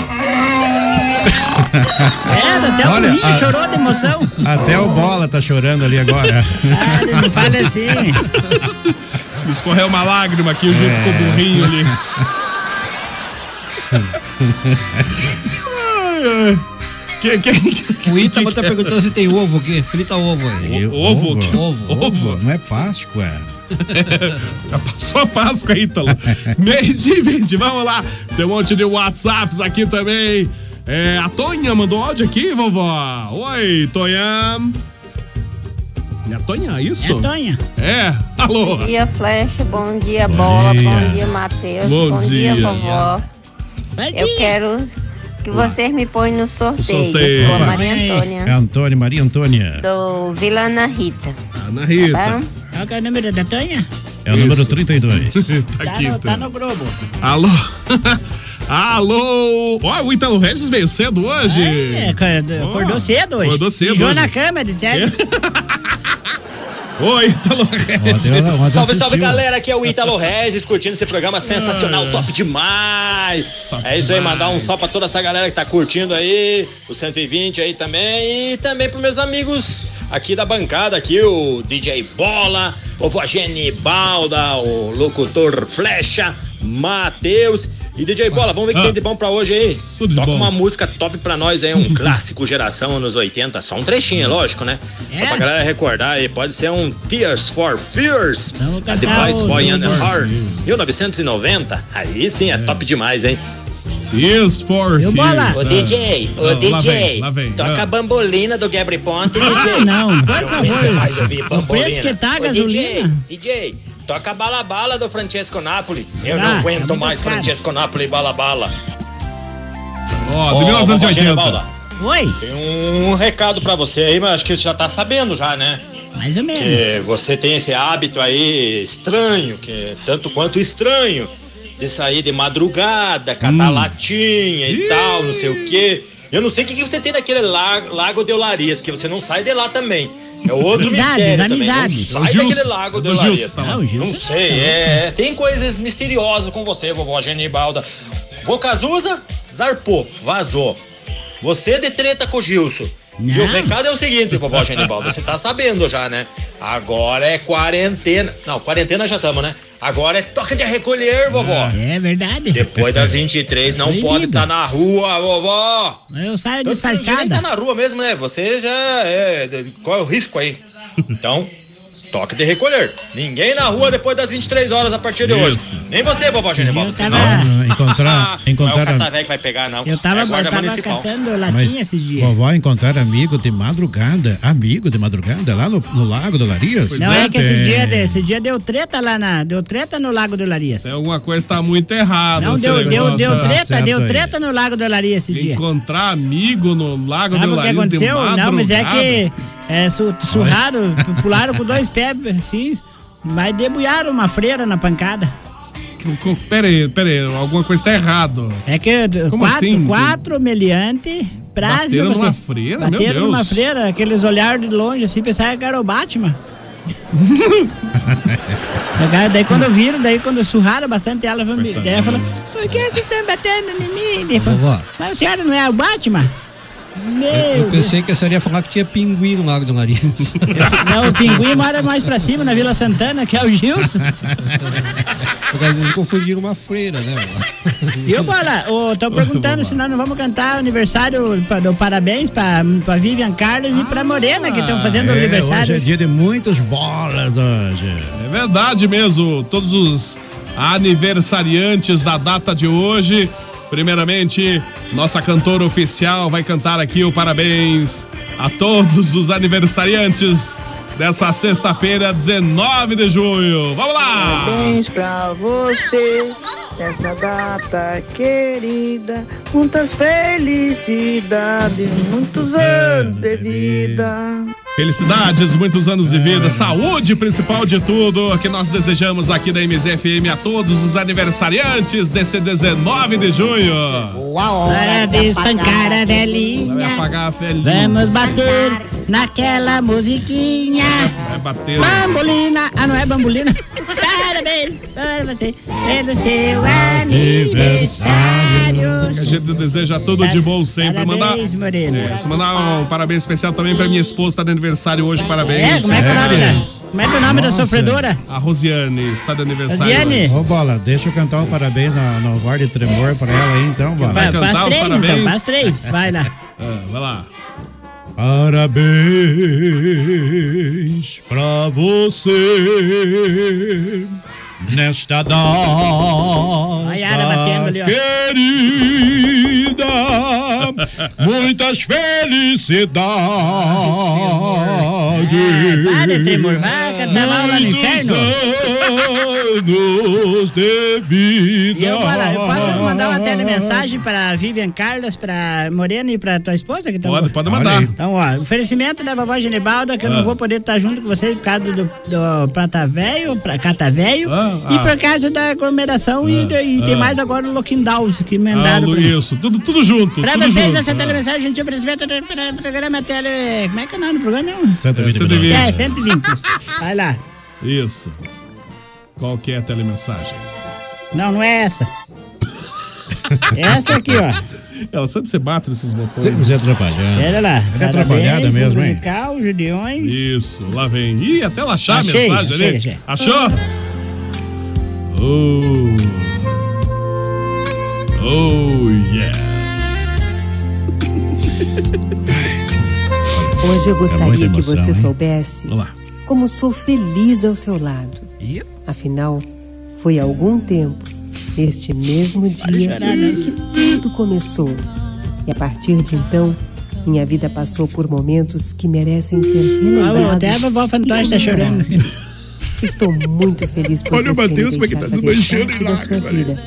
Speaker 9: É, até o
Speaker 10: Olha,
Speaker 9: Rinho
Speaker 10: a-
Speaker 9: chorou de emoção.
Speaker 10: Até o Bola tá chorando ali agora.
Speaker 9: Ah, não fala assim.
Speaker 2: Escorreu uma lágrima aqui junto
Speaker 10: É.
Speaker 2: com o burrinho ali. Quem,
Speaker 11: O Ítalo tá perguntando se tem ovo aqui. Frita ovo aí.
Speaker 2: Ovo? Que-
Speaker 11: Ovo.
Speaker 10: Ovo? Não é Páscoa?
Speaker 2: Já passou a Páscoa, Ítalo. Meio de 20, vamos lá. Tem um monte de WhatsApps aqui também. É, a Tonha mandou áudio aqui, vovó. Oi, Tonha. É a Tonha, isso?
Speaker 13: É a Tonha.
Speaker 2: É, alô.
Speaker 13: Bom dia, Flecha. Bom dia, Bola. Bom dia, Matheus.
Speaker 2: Bom
Speaker 13: Bom, dia,
Speaker 2: dia.
Speaker 13: vovó. Eu quero que vocês me ponham no sorteio. Eu sou a Maria Antônia,
Speaker 10: É Antônia, Maria Antônia.
Speaker 13: do Vila Ana Rita.
Speaker 14: Ah,
Speaker 2: Ana
Speaker 13: Tá bom?
Speaker 9: Qual que é o número da Tonha?
Speaker 10: É o número 32.
Speaker 2: Tá
Speaker 9: Tá
Speaker 2: aqui,
Speaker 9: no, tá
Speaker 2: Tonha.
Speaker 9: no Globo.
Speaker 2: Alô? Alô? Ó, o Ítalo Regis veio cedo hoje.
Speaker 9: É, acordou, acordou cedo hoje.
Speaker 2: Acordou cedo
Speaker 9: Mijou
Speaker 2: hoje.
Speaker 9: na cama, de certo?
Speaker 2: Oi, Ítalo Regis.
Speaker 14: Salve, salve galera, aqui é o Ítalo Regis curtindo esse programa sensacional,
Speaker 2: Ah.
Speaker 14: top demais! é isso aí,
Speaker 2: demais.
Speaker 14: mandar um salve pra toda essa galera que tá curtindo aí, o 120 aí também, e também pros meus amigos aqui da bancada, aqui o DJ Bola, o Vogene Balda, o locutor Flecha, Matheus e DJ Bola. Vamos ver o que
Speaker 2: Ah.
Speaker 14: tem de bom pra hoje aí.
Speaker 2: Tudo de
Speaker 14: Toca
Speaker 2: bom.
Speaker 14: uma música top pra nós aí, um clássico geração anos 80, só um trechinho, lógico, né? Só
Speaker 9: É.
Speaker 14: pra galera recordar aí, pode ser um Tears for Fears. A
Speaker 9: cantar
Speaker 14: Device
Speaker 9: o
Speaker 14: Boy
Speaker 9: Tears
Speaker 14: and
Speaker 9: for
Speaker 14: Heart, 1990. Aí sim é, top demais, hein?
Speaker 2: Tears for
Speaker 14: Eu
Speaker 2: Fears.
Speaker 14: Ô DJ, ô
Speaker 2: Ah,
Speaker 14: DJ,
Speaker 2: Lá vem, lá vem.
Speaker 14: toca
Speaker 2: Ah.
Speaker 14: a bambolina do Gabriel Ponte, DJ.
Speaker 9: Ah, não, por
Speaker 14: Eu
Speaker 9: favor.
Speaker 14: nunca mais ouvi
Speaker 9: O
Speaker 14: bambolina.
Speaker 9: preço que tá a
Speaker 14: Ô, DJ,
Speaker 9: gasolina.
Speaker 14: DJ, toca a bala bala do Francesco Napoli. Eu
Speaker 9: Ah,
Speaker 14: não
Speaker 9: tá
Speaker 14: aguento
Speaker 9: muito
Speaker 14: mais
Speaker 9: caro.
Speaker 14: Francesco Napoli bala bala.
Speaker 2: Ó,
Speaker 14: Ô,
Speaker 2: de
Speaker 14: Rogério
Speaker 2: 1980.
Speaker 14: Balda,
Speaker 9: Oi.
Speaker 14: Tem um recado pra você aí, mas acho que você já tá sabendo já, né?
Speaker 9: Mais ou menos.
Speaker 14: que você tem esse hábito aí estranho, que é tanto quanto estranho, de sair de madrugada, catar
Speaker 9: Hum.
Speaker 14: latinha e tal, não sei o quê. Eu não sei o que, que você tem daquele lago, lago de Olarias, que você não sai de lá também. É outro
Speaker 9: Amizades,
Speaker 14: mistério
Speaker 9: amizades.
Speaker 14: também. Não
Speaker 9: É
Speaker 14: sai
Speaker 9: o Gilson,
Speaker 14: daquele lago de
Speaker 9: é o
Speaker 14: Olarias.
Speaker 9: Gilson que tá lá. É o Gilson
Speaker 14: não sei, é, é. Tem coisas misteriosas com você, vovó Genibalda. Vô Cazuza, zarpou, vazou. Você de treta com o Gilson. E
Speaker 9: Não.
Speaker 14: o recado é o seguinte, vovó Genibaldo, você tá sabendo já, né? Agora é quarentena. Não, quarentena já estamos, né? Agora é toca de recolher, vovó.
Speaker 9: É verdade.
Speaker 14: Depois das 23 não
Speaker 9: Proibido.
Speaker 14: pode estar na rua, vovó.
Speaker 9: Eu saio
Speaker 14: Tanto que hoje em dia nem
Speaker 9: disfarçada.
Speaker 14: tá na rua mesmo, né? Você já é. Qual é o risco aí? Então, toque de recolher. Ninguém na rua depois das 23 horas a partir de
Speaker 10: Isso.
Speaker 14: hoje. Nem você, vovó Genibaldo.
Speaker 9: tava-
Speaker 14: Não é
Speaker 10: Ah, encontrar,
Speaker 14: o
Speaker 10: encontrar a-
Speaker 14: é catavé que vai pegar, não.
Speaker 9: Eu tava,
Speaker 14: é guarda
Speaker 9: eu tava
Speaker 14: municipal.
Speaker 9: catando
Speaker 10: Mas
Speaker 9: latinha esses dias.
Speaker 10: vovó encontrar amigo de madrugada, amigo de madrugada, lá no, no Lago do Larias?
Speaker 9: Não é, que esse
Speaker 10: Tem.
Speaker 9: dia, de- esse dia deu treta lá na. Deu treta no Lago do Larias.
Speaker 2: Tem alguma coisa que tá muito errada.
Speaker 9: Não,
Speaker 2: esse
Speaker 9: deu, deu,
Speaker 2: negócio.
Speaker 9: deu
Speaker 2: Tá
Speaker 9: treta,
Speaker 2: certo
Speaker 9: deu
Speaker 2: aí.
Speaker 9: treta no Lago do Larias esse dia.
Speaker 2: Encontrar amigo no Lago
Speaker 9: Sabe
Speaker 2: de
Speaker 9: o que
Speaker 2: Lariz
Speaker 9: aconteceu?
Speaker 2: de
Speaker 9: Não, mas é
Speaker 2: um madrugada.
Speaker 9: que é, su- surraram, pu- pularam com dois pés, assim, mas debulharam uma freira na pancada.
Speaker 2: Pera aí, pera aí, alguma coisa tá errado.
Speaker 9: É que d-
Speaker 2: Como
Speaker 9: quatro,
Speaker 2: assim?
Speaker 9: quatro meliante, prazo
Speaker 2: Bateram
Speaker 9: pra você-
Speaker 2: numa freira? Meu
Speaker 9: Bateram
Speaker 2: Deus.
Speaker 9: numa freira, aqueles olhares de longe, assim, pensaram que era o Batman. Daí- daí quando viram, daí quando surraram bastante ela, foi- daí ela falou, por que vocês estão batendo em mim? Daí falou,
Speaker 11: Vovó.
Speaker 9: Mas a senhora não é o Batman? Meu
Speaker 11: Eu
Speaker 9: Deus.
Speaker 11: pensei que a senhora ia falar que tinha pinguim no Lago do Nariz.
Speaker 9: Não, o pinguim mora mais pra cima, na Vila Santana, que é o Gilson.
Speaker 11: Por causa disso, confundiram uma freira, né?
Speaker 9: Viu, Bola? Ô, tô perguntando se nós não vamos cantar o aniversário, pa- do parabéns pra, pra Vivian Carlos e pra Morena, que estão fazendo
Speaker 10: é,
Speaker 9: aniversário.
Speaker 10: Hoje é dia de muitos bolas hoje.
Speaker 2: É verdade mesmo. Todos os aniversariantes da data de hoje Primeiramente, nossa cantora oficial vai cantar aqui o parabéns a todos os aniversariantes dessa sexta-feira, 19 de junho. Vamos lá!
Speaker 15: Parabéns pra você nessa data querida. Muitas felicidades, muitos anos de vida.
Speaker 2: Felicidades, muitos anos de vida, saúde principal de tudo, que nós desejamos aqui da MZFM a todos os aniversariantes desse 19 é de junho.
Speaker 9: Hora de espancar a
Speaker 2: Vai
Speaker 9: velhinha.
Speaker 2: apagar a feliz.
Speaker 9: Vamos bater naquela musiquinha.
Speaker 2: Vai né, bater.
Speaker 9: Bambolina. Ah, não é bambolina? Parabéns para você pelo seu aniversário.
Speaker 2: Que a gente deseja tudo de bom sempre. Mandar,
Speaker 9: Parabéns, Morena.
Speaker 2: isso, mandar um parabéns especial também pra minha esposa, tá de aniversário hoje, parabéns.
Speaker 9: É, como é que é o nome da-
Speaker 2: Parabéns.
Speaker 9: como é que é o nome da sofredora?
Speaker 2: A Rosiane está de aniversário.
Speaker 10: Ô,
Speaker 2: hoje.
Speaker 10: Bola, deixa eu cantar um parabéns na, na voz de tremor pra ela aí, então, Bola.
Speaker 2: Vai cantar
Speaker 9: Faz
Speaker 2: o
Speaker 9: três, então,
Speaker 2: parabéns?
Speaker 9: faz três. Vai lá.
Speaker 2: Ah, vai lá.
Speaker 10: Parabéns pra você nesta data
Speaker 9: Olha a Yara batendo ali, ó.
Speaker 10: querida. Muitas
Speaker 9: Ah,
Speaker 10: felicidades.
Speaker 9: para, Tremor, vai cantar tá lá lá no
Speaker 10: Muitos
Speaker 9: inferno.
Speaker 10: anos de vida.
Speaker 9: E eu, Bola, eu posso mandar uma telemensagem pra Vivian Carlos, pra Morena e pra tua esposa? Que tão-
Speaker 2: Pode, pode mandar.
Speaker 9: Olha aí. Então, ó, oferecimento da vovó Genibalda, que eu
Speaker 2: Ah.
Speaker 9: não vou poder estar junto com vocês por causa do, do Prata Velho, pra Cata Velho,
Speaker 2: Ah,
Speaker 9: e
Speaker 2: ah.
Speaker 9: por causa da aglomeração e, do- e tem
Speaker 2: ah.
Speaker 9: mais agora o Lockindowns, que
Speaker 2: Ah,
Speaker 9: emendado
Speaker 2: Lu-
Speaker 9: pra mim.
Speaker 2: isso, tudo, tudo junto.
Speaker 9: Pra
Speaker 2: tudo
Speaker 9: vocês,
Speaker 2: junto.
Speaker 9: essa
Speaker 2: Ah.
Speaker 9: telemensagem, gente, oferecimento do pro- programa Tele... Como é que é o nome do programa? mesmo?
Speaker 2: 120
Speaker 9: É,
Speaker 2: minutos.
Speaker 9: 120. Vai lá.
Speaker 2: Isso. Qual que é a telemensagem?
Speaker 9: Não, não é essa. É essa aqui, ó.
Speaker 2: Ela sempre se bate nesses botões. é
Speaker 10: Sempre se atrapalhando.
Speaker 9: Olha lá.
Speaker 10: Fica atrapalhada
Speaker 9: Parabéns,
Speaker 10: mesmo, hein?
Speaker 9: Dominical, Judiões.
Speaker 2: Isso, lá vem. Ih, até ela achar
Speaker 9: Achei,
Speaker 2: a mensagem
Speaker 9: achei,
Speaker 2: ali.
Speaker 9: achei.
Speaker 2: Achou? Oh. Oh, yeah.
Speaker 16: Hoje
Speaker 9: É
Speaker 16: eu gostaria
Speaker 10: muita emoção,
Speaker 16: que você
Speaker 10: hein?
Speaker 16: soubesse como sou feliz ao seu lado. Afinal, foi há algum tempo, neste mesmo dia,
Speaker 9: chorar, né?
Speaker 16: que tudo começou. E a partir de então, minha vida passou por momentos que merecem ser
Speaker 9: Ah, até a
Speaker 16: relembrados.
Speaker 9: vovó Fantônia está chorando.
Speaker 16: Estou muito feliz por
Speaker 9: Olha o
Speaker 16: você me
Speaker 9: Matheus, como é que
Speaker 16: deixar
Speaker 9: tá tudo
Speaker 16: fazer
Speaker 9: enchendo
Speaker 16: parte
Speaker 9: de
Speaker 16: da sua
Speaker 9: lágrima, olha.
Speaker 16: vida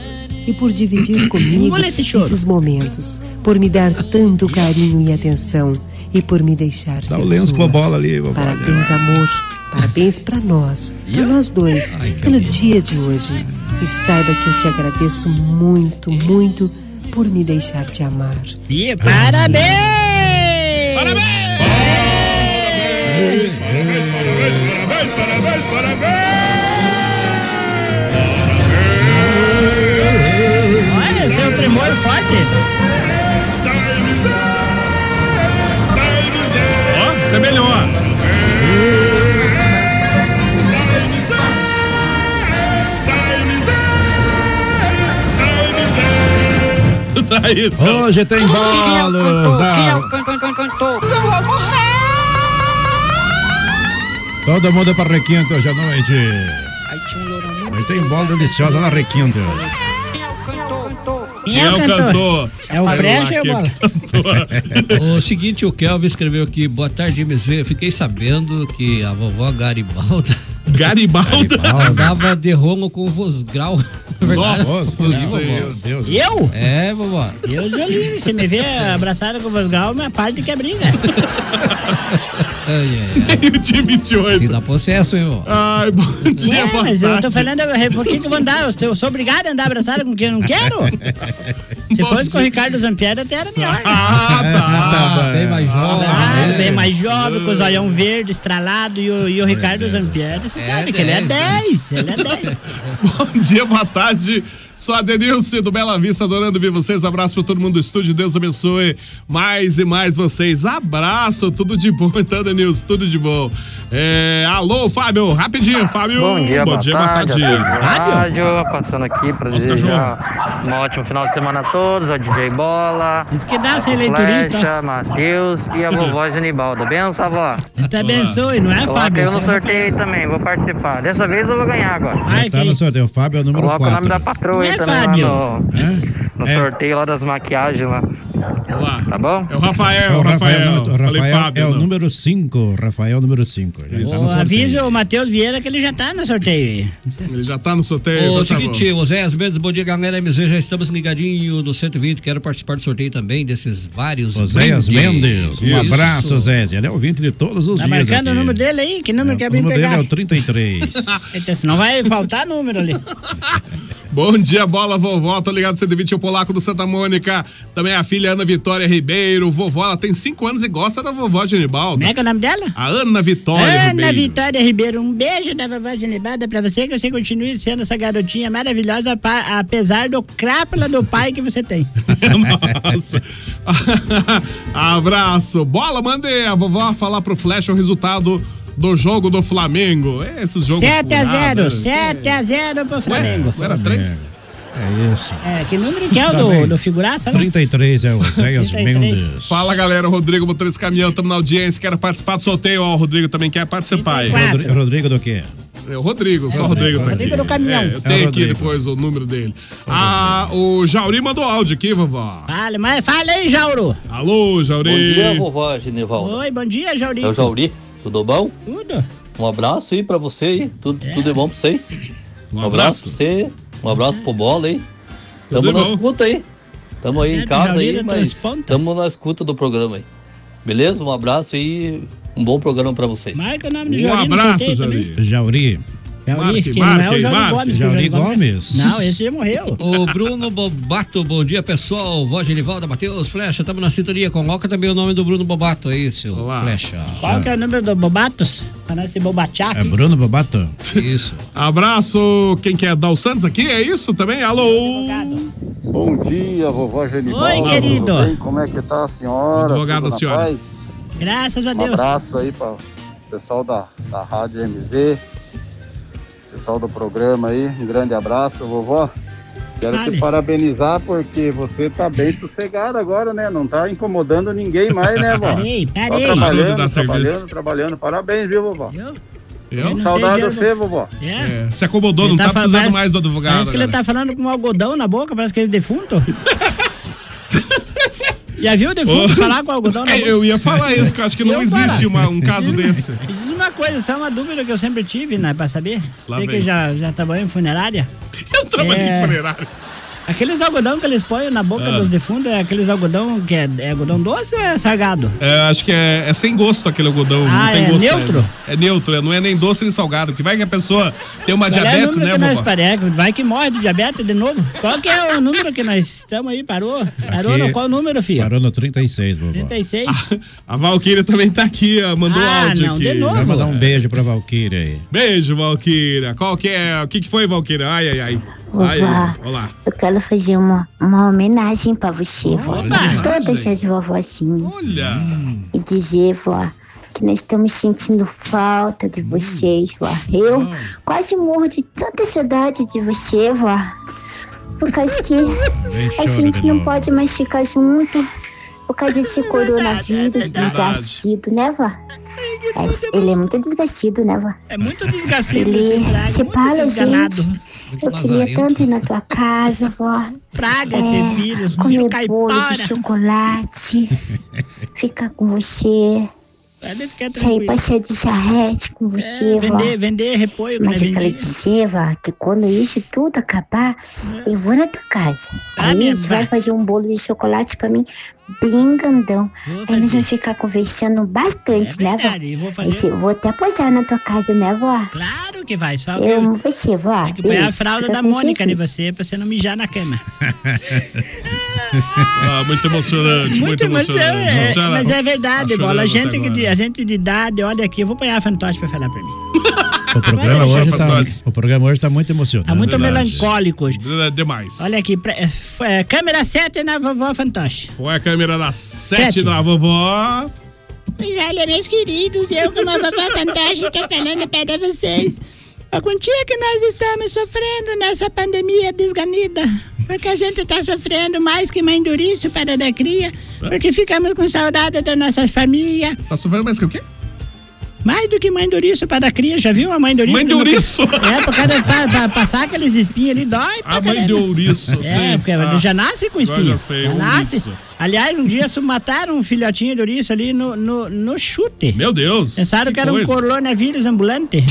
Speaker 16: e por dividir comigo
Speaker 9: Engole esse choro.
Speaker 16: esses momentos, por me dar tanto carinho e atenção e por me deixar
Speaker 10: Dá
Speaker 16: ser
Speaker 10: Tá, o lenço
Speaker 16: sua.
Speaker 10: pra bola ali, vovó. É.
Speaker 16: Parabéns, amor. Parabéns pra nós, pra nós dois, pelo dia de hoje. E saiba que eu te agradeço muito, muito por me deixar te amar.
Speaker 9: E
Speaker 10: Ah,
Speaker 9: parabéns! Parabéns!
Speaker 6: Parabéns, parabéns, parabéns, parabéns,
Speaker 9: Olha, seu tremor forte.
Speaker 2: Ó, isso é melhor. Tá aí, então.
Speaker 10: Hoje tem
Speaker 5: é
Speaker 10: bolos da...
Speaker 1: Eu vou morrer!
Speaker 10: Todo mundo pra requinto hoje à noite.
Speaker 5: um
Speaker 10: Hoje tem bola deliciosa na requinto.
Speaker 11: Quem é o Quem é o cantor? cantor? É o Frecha
Speaker 9: ou o
Speaker 11: o seguinte, o Kelvin escreveu aqui, boa tarde, MZ. Fiquei sabendo que a vovó Garibalda.
Speaker 2: Garibalda?
Speaker 11: Andava de Roma com o Vosgrau. Na verdade,
Speaker 9: Nossa
Speaker 11: sim,
Speaker 9: Senhora.
Speaker 11: vovó.
Speaker 10: Deus.
Speaker 9: Eu?
Speaker 11: É, vovó.
Speaker 9: Deus do livre, se me vê abraçado com o Vosgal, minha parte que é briga.
Speaker 2: Meio dia 28.
Speaker 11: Se É. dá processo, hein, vó?
Speaker 2: Ai, bom dia,
Speaker 9: Ué,
Speaker 2: boa
Speaker 9: Né, mas eu tô
Speaker 2: tarde.
Speaker 9: falando, eu- por que, que eu vou andar? Eu sou, eu sou obrigado a andar abraçado com quem eu não quero? Se
Speaker 11: Bom
Speaker 9: fosse com
Speaker 11: dia.
Speaker 9: o Ricardo Zampieri, até era melhor.
Speaker 10: Tá
Speaker 11: Ah, tá. Bem mais jovem.
Speaker 9: Ah, bem mais jovem, com os olhão verde, estralado, e o, e o Ricardo Zampieri, você sabe que ele é
Speaker 10: né?
Speaker 9: 10, ele é 10.
Speaker 2: Bom dia, boa tarde. Sou Adenilson do Bela Vista, adorando ver vocês. Abraço pra todo mundo do estúdio. Deus abençoe mais e mais vocês. Abraço, tudo de bom, então, Adenilson, tudo de bom. É, alô, Fábio, rapidinho, Fábio.
Speaker 17: Bom dia, boa, tarde.
Speaker 2: Fábio.
Speaker 17: Rádio, passando aqui para
Speaker 2: Oscar
Speaker 17: desejar um ótimo final de semana a todos, a DJ Bola.
Speaker 9: Diz que dá,
Speaker 17: a
Speaker 9: se ele é turista.
Speaker 17: Flecha, Matheus e a vovó Genibalda. Benção, avó.
Speaker 9: Te abençoe, não é,
Speaker 17: Coloca
Speaker 9: Fábio?
Speaker 17: eu no
Speaker 9: Você não
Speaker 17: sorteio aí também, vou participar. Dessa vez eu vou ganhar agora.
Speaker 10: Tá no sorteio. O Fábio é o número
Speaker 17: Coloca o nome
Speaker 10: 4.
Speaker 17: da patroa aí
Speaker 10: Não é
Speaker 17: também lá
Speaker 10: Fábio.
Speaker 17: no, no sorteio lá das maquiagens lá. Tá bom? É
Speaker 2: o Rafael,
Speaker 10: O Rafael, é o- o Rafael é o número 5. Rafael, é número tá 5.
Speaker 9: Ô, avisa o Matheus Vieira que ele já tá no sorteio.
Speaker 2: Ele já tá no sorteio.
Speaker 11: Ô,
Speaker 2: então tá
Speaker 11: seguinte, Osés Mendes, bom dia, galera. MZ, já estamos ligadinho no 120. Quero participar do sorteio também desses vários.
Speaker 10: Oséias Mendes. Um
Speaker 11: Isso.
Speaker 10: abraço, Oséias. Ele é ouvinte de todos os
Speaker 9: Tá
Speaker 10: dias.
Speaker 9: marcando
Speaker 10: aqui.
Speaker 9: o número dele aí? Que número quer
Speaker 10: O
Speaker 9: vir
Speaker 10: número dele
Speaker 9: pegar?
Speaker 10: é o 33.
Speaker 9: Então, senão vai faltar número ali.
Speaker 2: Bom dia, bola vovó. Tô ligado, 120 o polaco do Santa Mônica. Também a filha Ana Vitória Ribeiro. Vovó, ela tem 5 anos e gosta da vovó Genibaldo.
Speaker 9: Como é que é o nome dela?
Speaker 2: A Ana Vitória
Speaker 9: Ana
Speaker 2: Ribeiro.
Speaker 9: Vitória Ribeiro, um beijo da vovó Genebada pra você, que você continue sendo essa garotinha maravilhosa, pa- apesar do crápula do pai que você tem.
Speaker 2: Nossa. Abraço. Bola, mandei a vovó falar pro Flash o resultado do jogo do Flamengo. É, Esses jogos
Speaker 9: 7x0,
Speaker 2: furados.
Speaker 9: 7x0 pro Flamengo.
Speaker 2: né? Não Era 3?
Speaker 10: É isso.
Speaker 9: É, que número que é o
Speaker 2: Tá
Speaker 9: do,
Speaker 2: bem.
Speaker 9: do figuraça, né? não?
Speaker 10: 33 é o Oséias
Speaker 9: 33.
Speaker 10: Mendes.
Speaker 2: Fala galera, Rodrigo Motores Caminhão, estamos na audiência, quero participar do sorteio. Ó, o Rodrigo também quer participar aí.
Speaker 10: Rodrigo, Rodrigo do quê?
Speaker 2: É o Rodrigo, só o Rodrigo, tá
Speaker 10: Rodrigo
Speaker 2: aqui.
Speaker 10: do caminhão.
Speaker 2: É, eu
Speaker 10: É o
Speaker 2: tenho aqui
Speaker 10: Rodrigo.
Speaker 2: depois o número dele. Ah, o Jauri mandou áudio aqui, vovó.
Speaker 9: Fala, mas fala aí, Jauro.
Speaker 2: Alô, Jauri.
Speaker 18: Bom dia, vovó Genivaldo.
Speaker 9: Oi, bom dia, Jaurinho.
Speaker 18: É o Jauri, tudo bom?
Speaker 9: Tudo.
Speaker 18: Um abraço aí pra você aí, tudo, tudo é bom pra vocês.
Speaker 2: Um
Speaker 18: abraço pra você, um abraço pro Bola aí.
Speaker 2: Tudo
Speaker 18: Tamo
Speaker 2: é
Speaker 18: na
Speaker 2: bom.
Speaker 18: escuta aí. Tamo aí em
Speaker 2: Certo,
Speaker 18: casa
Speaker 2: Jauri,
Speaker 18: aí,
Speaker 19: né,
Speaker 2: da
Speaker 18: mas
Speaker 2: transponta.
Speaker 18: tamo na escuta do programa aí. Beleza? Um abraço aí, um bom programa pra vocês.
Speaker 9: Marca o nome do
Speaker 18: Um
Speaker 9: Jauri no
Speaker 19: tá
Speaker 18: abraço,
Speaker 9: sorteio também.
Speaker 18: Jauri.
Speaker 10: Jauri.
Speaker 9: Jauri, que não é o Jauri Gomes. que o
Speaker 10: Jauri Gomes.
Speaker 9: Não, esse já morreu.
Speaker 11: O Bruno Bobato, bom dia pessoal. Voz de Nivalda, Matheus, Flecha, estamos na sintonia. Coloca também o nome do Bruno Bobato aí, seu Flecha.
Speaker 9: Qual que é o número do Bobatos? Pra nós se bobatear aqui.
Speaker 10: Bruno Bobato.
Speaker 11: Isso.
Speaker 2: Abraço, quem quer dar o Santos aqui? É isso também? Alô?
Speaker 20: Bom dia, vovó Genibaldo.
Speaker 2: Oi, querido.
Speaker 20: Tudo bem? Como é que tá a senhora?
Speaker 2: Advogada,
Speaker 20: Tudo na
Speaker 2: senhora.
Speaker 20: paz?
Speaker 9: Graças a
Speaker 20: Um
Speaker 9: Deus.
Speaker 20: abraço aí para o pessoal da, da Rádio MZ, pessoal do programa aí. Um grande abraço, vovó. Quero te
Speaker 21: Vale.
Speaker 20: parabenizar porque você tá bem sossegado agora, né? Não tá incomodando ninguém mais, né, vó?
Speaker 21: Parei,
Speaker 20: Tá
Speaker 21: parei.
Speaker 20: trabalhando,
Speaker 21: Tudo dá
Speaker 20: trabalhando,
Speaker 21: serviço.
Speaker 20: trabalhando, Parabéns, viu, vovó?
Speaker 2: Eu?
Speaker 20: Eu? Saudade de
Speaker 9: Eu não tenho
Speaker 20: você, vovó.
Speaker 2: É, se acomodou, não tá,
Speaker 9: falando-
Speaker 2: precisando
Speaker 9: parece-
Speaker 2: mais do advogado.
Speaker 9: Parece que ele
Speaker 2: galera.
Speaker 9: tá falando com um algodão na boca, parece que ele é defunto. Já viu o defunto
Speaker 2: Ô.
Speaker 9: falar com algodão na
Speaker 2: É,
Speaker 9: boca?
Speaker 2: eu ia falar isso, que eu acho que não
Speaker 9: Eu
Speaker 2: existe
Speaker 9: falo.
Speaker 2: uma- um caso desse.
Speaker 9: Me Diz uma coisa, só uma dúvida que eu sempre tive, né, pra saber.
Speaker 2: Lá
Speaker 9: Sei
Speaker 2: vem.
Speaker 9: que já, já trabalhou em funerária. É,
Speaker 2: Eu trabalhei em funerária.
Speaker 9: Aqueles algodão que eles põem na boca
Speaker 2: Ah.
Speaker 9: dos defuntos, é aqueles algodão que é, é algodão doce ou é salgado?
Speaker 2: É, acho que é, é sem gosto aquele algodão.
Speaker 9: Ah,
Speaker 2: não tem
Speaker 9: é
Speaker 2: gosto.
Speaker 9: neutro?
Speaker 2: É, é neutro, é, não é nem doce nem salgado. Que vai que a pessoa tem uma
Speaker 9: Qual é o
Speaker 2: diabetes,
Speaker 9: número
Speaker 2: né,
Speaker 9: que nós
Speaker 2: vovó?
Speaker 9: parece? Vai que morre de diabetes de novo. Qual que é o número que nós estamos aí? Parou? Parou
Speaker 10: Aqui-
Speaker 9: no qual número, filho?
Speaker 10: Parou no 36, vovó.
Speaker 9: 36.
Speaker 2: A Valquíria também tá aqui, ó, mandou
Speaker 9: Ah,
Speaker 2: áudio
Speaker 9: não,
Speaker 2: aqui.
Speaker 9: de novo.
Speaker 10: Vai mandar um beijo pra Valkyria aí.
Speaker 2: Beijo, Valquíria. Qual que é? O que, que foi, Valquíria? Ai, ai, ai. Ai,
Speaker 22: Opa.
Speaker 2: olá.
Speaker 22: Eu quero fazer uma, uma homenagem pra você, vó.
Speaker 2: Olha.
Speaker 22: Todas as vovozinhas.
Speaker 2: Olha.
Speaker 5: Hum.
Speaker 22: E dizer, vó, que nós estamos sentindo falta de vocês, vó. Eu quase morro de tanta saudade de você, vó. Por causa que a
Speaker 23: chora
Speaker 22: gente
Speaker 23: de
Speaker 22: não
Speaker 23: novo.
Speaker 22: pode mais ficar junto. Por causa
Speaker 9: É
Speaker 22: desse coronavírus desgracido, né, vó? Mas ele é muito desgracido, né, vó?
Speaker 9: É muito desgracido esse
Speaker 22: Ele
Speaker 9: praga,
Speaker 22: separa a
Speaker 9: muito desganado.
Speaker 22: gente. Eu queria tanto ir na tua casa, vó. É,
Speaker 9: Praga esse vírus,
Speaker 22: comer
Speaker 9: vírus
Speaker 22: bolo de
Speaker 9: caipora.
Speaker 22: chocolate, ficar com você,
Speaker 9: Pode ficar
Speaker 22: sair
Speaker 9: tranquilo. É,
Speaker 22: passear de charrete com você, vó.
Speaker 9: vender, vender repolho que
Speaker 22: Mas
Speaker 9: não é
Speaker 22: eu quero
Speaker 9: vendido.
Speaker 22: dizer, vó, que quando isso tudo acabar,
Speaker 9: É.
Speaker 22: eu vou na tua casa.
Speaker 9: Ah,
Speaker 22: Aí
Speaker 9: minha
Speaker 22: você vai
Speaker 9: vó.
Speaker 22: fazer um bolo de chocolate pra mim bem grandão. Aí nós vamos ficar conversando bastante, né, vó?
Speaker 9: É verdade, eu vou fazer-
Speaker 22: Aí você- vou até posar na tua casa, né, vó?
Speaker 9: Claro É que vai, só que
Speaker 22: Eu amo você, vó.
Speaker 9: que põe a
Speaker 22: Beijo,
Speaker 9: fralda
Speaker 22: fica
Speaker 9: da
Speaker 22: com
Speaker 9: Mônica em
Speaker 22: Jesus.
Speaker 9: você pra você não mijar na cama.
Speaker 2: Ah, muito emocionante, muito,
Speaker 9: mas, é,
Speaker 2: emocionante.
Speaker 9: é,
Speaker 2: Senhora,
Speaker 9: mas é verdade,
Speaker 2: tá
Speaker 9: bola. A
Speaker 2: chorando até
Speaker 9: gente, que,
Speaker 2: agora.
Speaker 9: de- a gente de idade, olha aqui, eu vou apanhar a fantoche pra falar pra mim. Ah,
Speaker 10: O programa,
Speaker 9: deixar
Speaker 10: hoje
Speaker 9: pra
Speaker 10: tá,
Speaker 9: nós.
Speaker 10: o programa hoje tá muito emocionante.
Speaker 9: Tá muito melancólico hoje.
Speaker 2: É demais.
Speaker 9: Olha aqui, pra- é, f- é, câmera 7 na vovó fantoche.
Speaker 2: Qual é a câmera da sete
Speaker 9: Sete.
Speaker 2: da vovó?
Speaker 23: Pois
Speaker 9: é,
Speaker 23: olha, meus queridos, eu como a vovó fantástica estou falando para
Speaker 9: É
Speaker 23: vocês. A quantia que nós estamos sofrendo nessa pandemia desganida.
Speaker 9: Porque a gente tá sofrendo mais que mãe duriço para da cria, porque ficamos com saudade das nossas famílias.
Speaker 2: Tá sofrendo mais que o quê?
Speaker 9: Mais do que mãe duriço para da cria, já viu a mãe duriço?
Speaker 2: Mãe de ouriço?
Speaker 9: É, por causa de pa- pa- passar aqueles espinhos ali, dói. pra
Speaker 2: A mãe de
Speaker 9: caramba.
Speaker 2: ouriço,
Speaker 9: É,
Speaker 2: sim.
Speaker 9: porque
Speaker 2: Ah,
Speaker 9: já nasce com espinho.
Speaker 2: agora já sei,
Speaker 9: Já nasce.
Speaker 2: ouriço.
Speaker 9: Aliás, um dia se mataram um filhotinho de ouriço ali no, no, no chute.
Speaker 2: Meu Deus.
Speaker 9: Pensaram que era um
Speaker 2: coisa.
Speaker 9: coronavírus ambulante.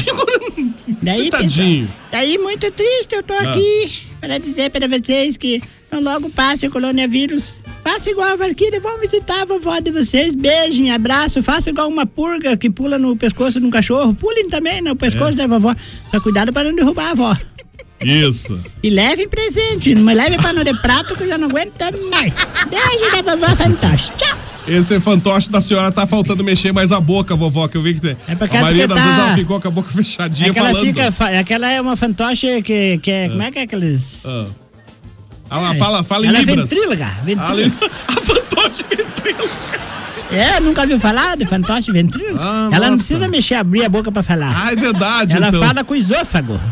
Speaker 9: daí,
Speaker 2: Tadinho.
Speaker 9: pensa- daí, muito triste, eu tô
Speaker 2: Ah.
Speaker 9: aqui para dizer para vocês que não logo passe o coronavírus. Faça igual a Valkyrie, vão visitar a vovó de vocês. Beijem, abraço. Faça igual uma purga que pula no pescoço de um cachorro. Pulem também no
Speaker 2: É.
Speaker 9: pescoço da vovó. Só cuidado para não derrubar a avó.
Speaker 2: Isso.
Speaker 9: E levem presente, não me leve pano de prato que eu já não aguento mais. Beijo da vovó fantástica. Tchau.
Speaker 2: Esse é fantoche da senhora tá faltando mexer mais a boca, vovó, que eu vi que tem. É
Speaker 9: porque
Speaker 2: a
Speaker 9: ela
Speaker 2: maioria
Speaker 9: fica
Speaker 2: das vezes
Speaker 9: tá-
Speaker 2: ela ficou com a boca fechadinha
Speaker 9: É que ela
Speaker 2: falando.
Speaker 9: fica. fa- Aquela é uma fantoche que. que é- Como é que é aqueles.
Speaker 2: Ah. Ela fala, fala em
Speaker 9: Ela é
Speaker 2: libras.
Speaker 9: ventríloga,
Speaker 2: Ela
Speaker 9: ventríloga.
Speaker 2: é- A fantoche ventríloga. Ah,
Speaker 9: É, nunca ouviu falar de fantoche ventríloco? ela não
Speaker 2: nossa.
Speaker 9: precisa mexer, abrir a boca pra falar.
Speaker 2: Ah, é verdade,
Speaker 9: Ela
Speaker 2: então.
Speaker 9: fala com o esôfago.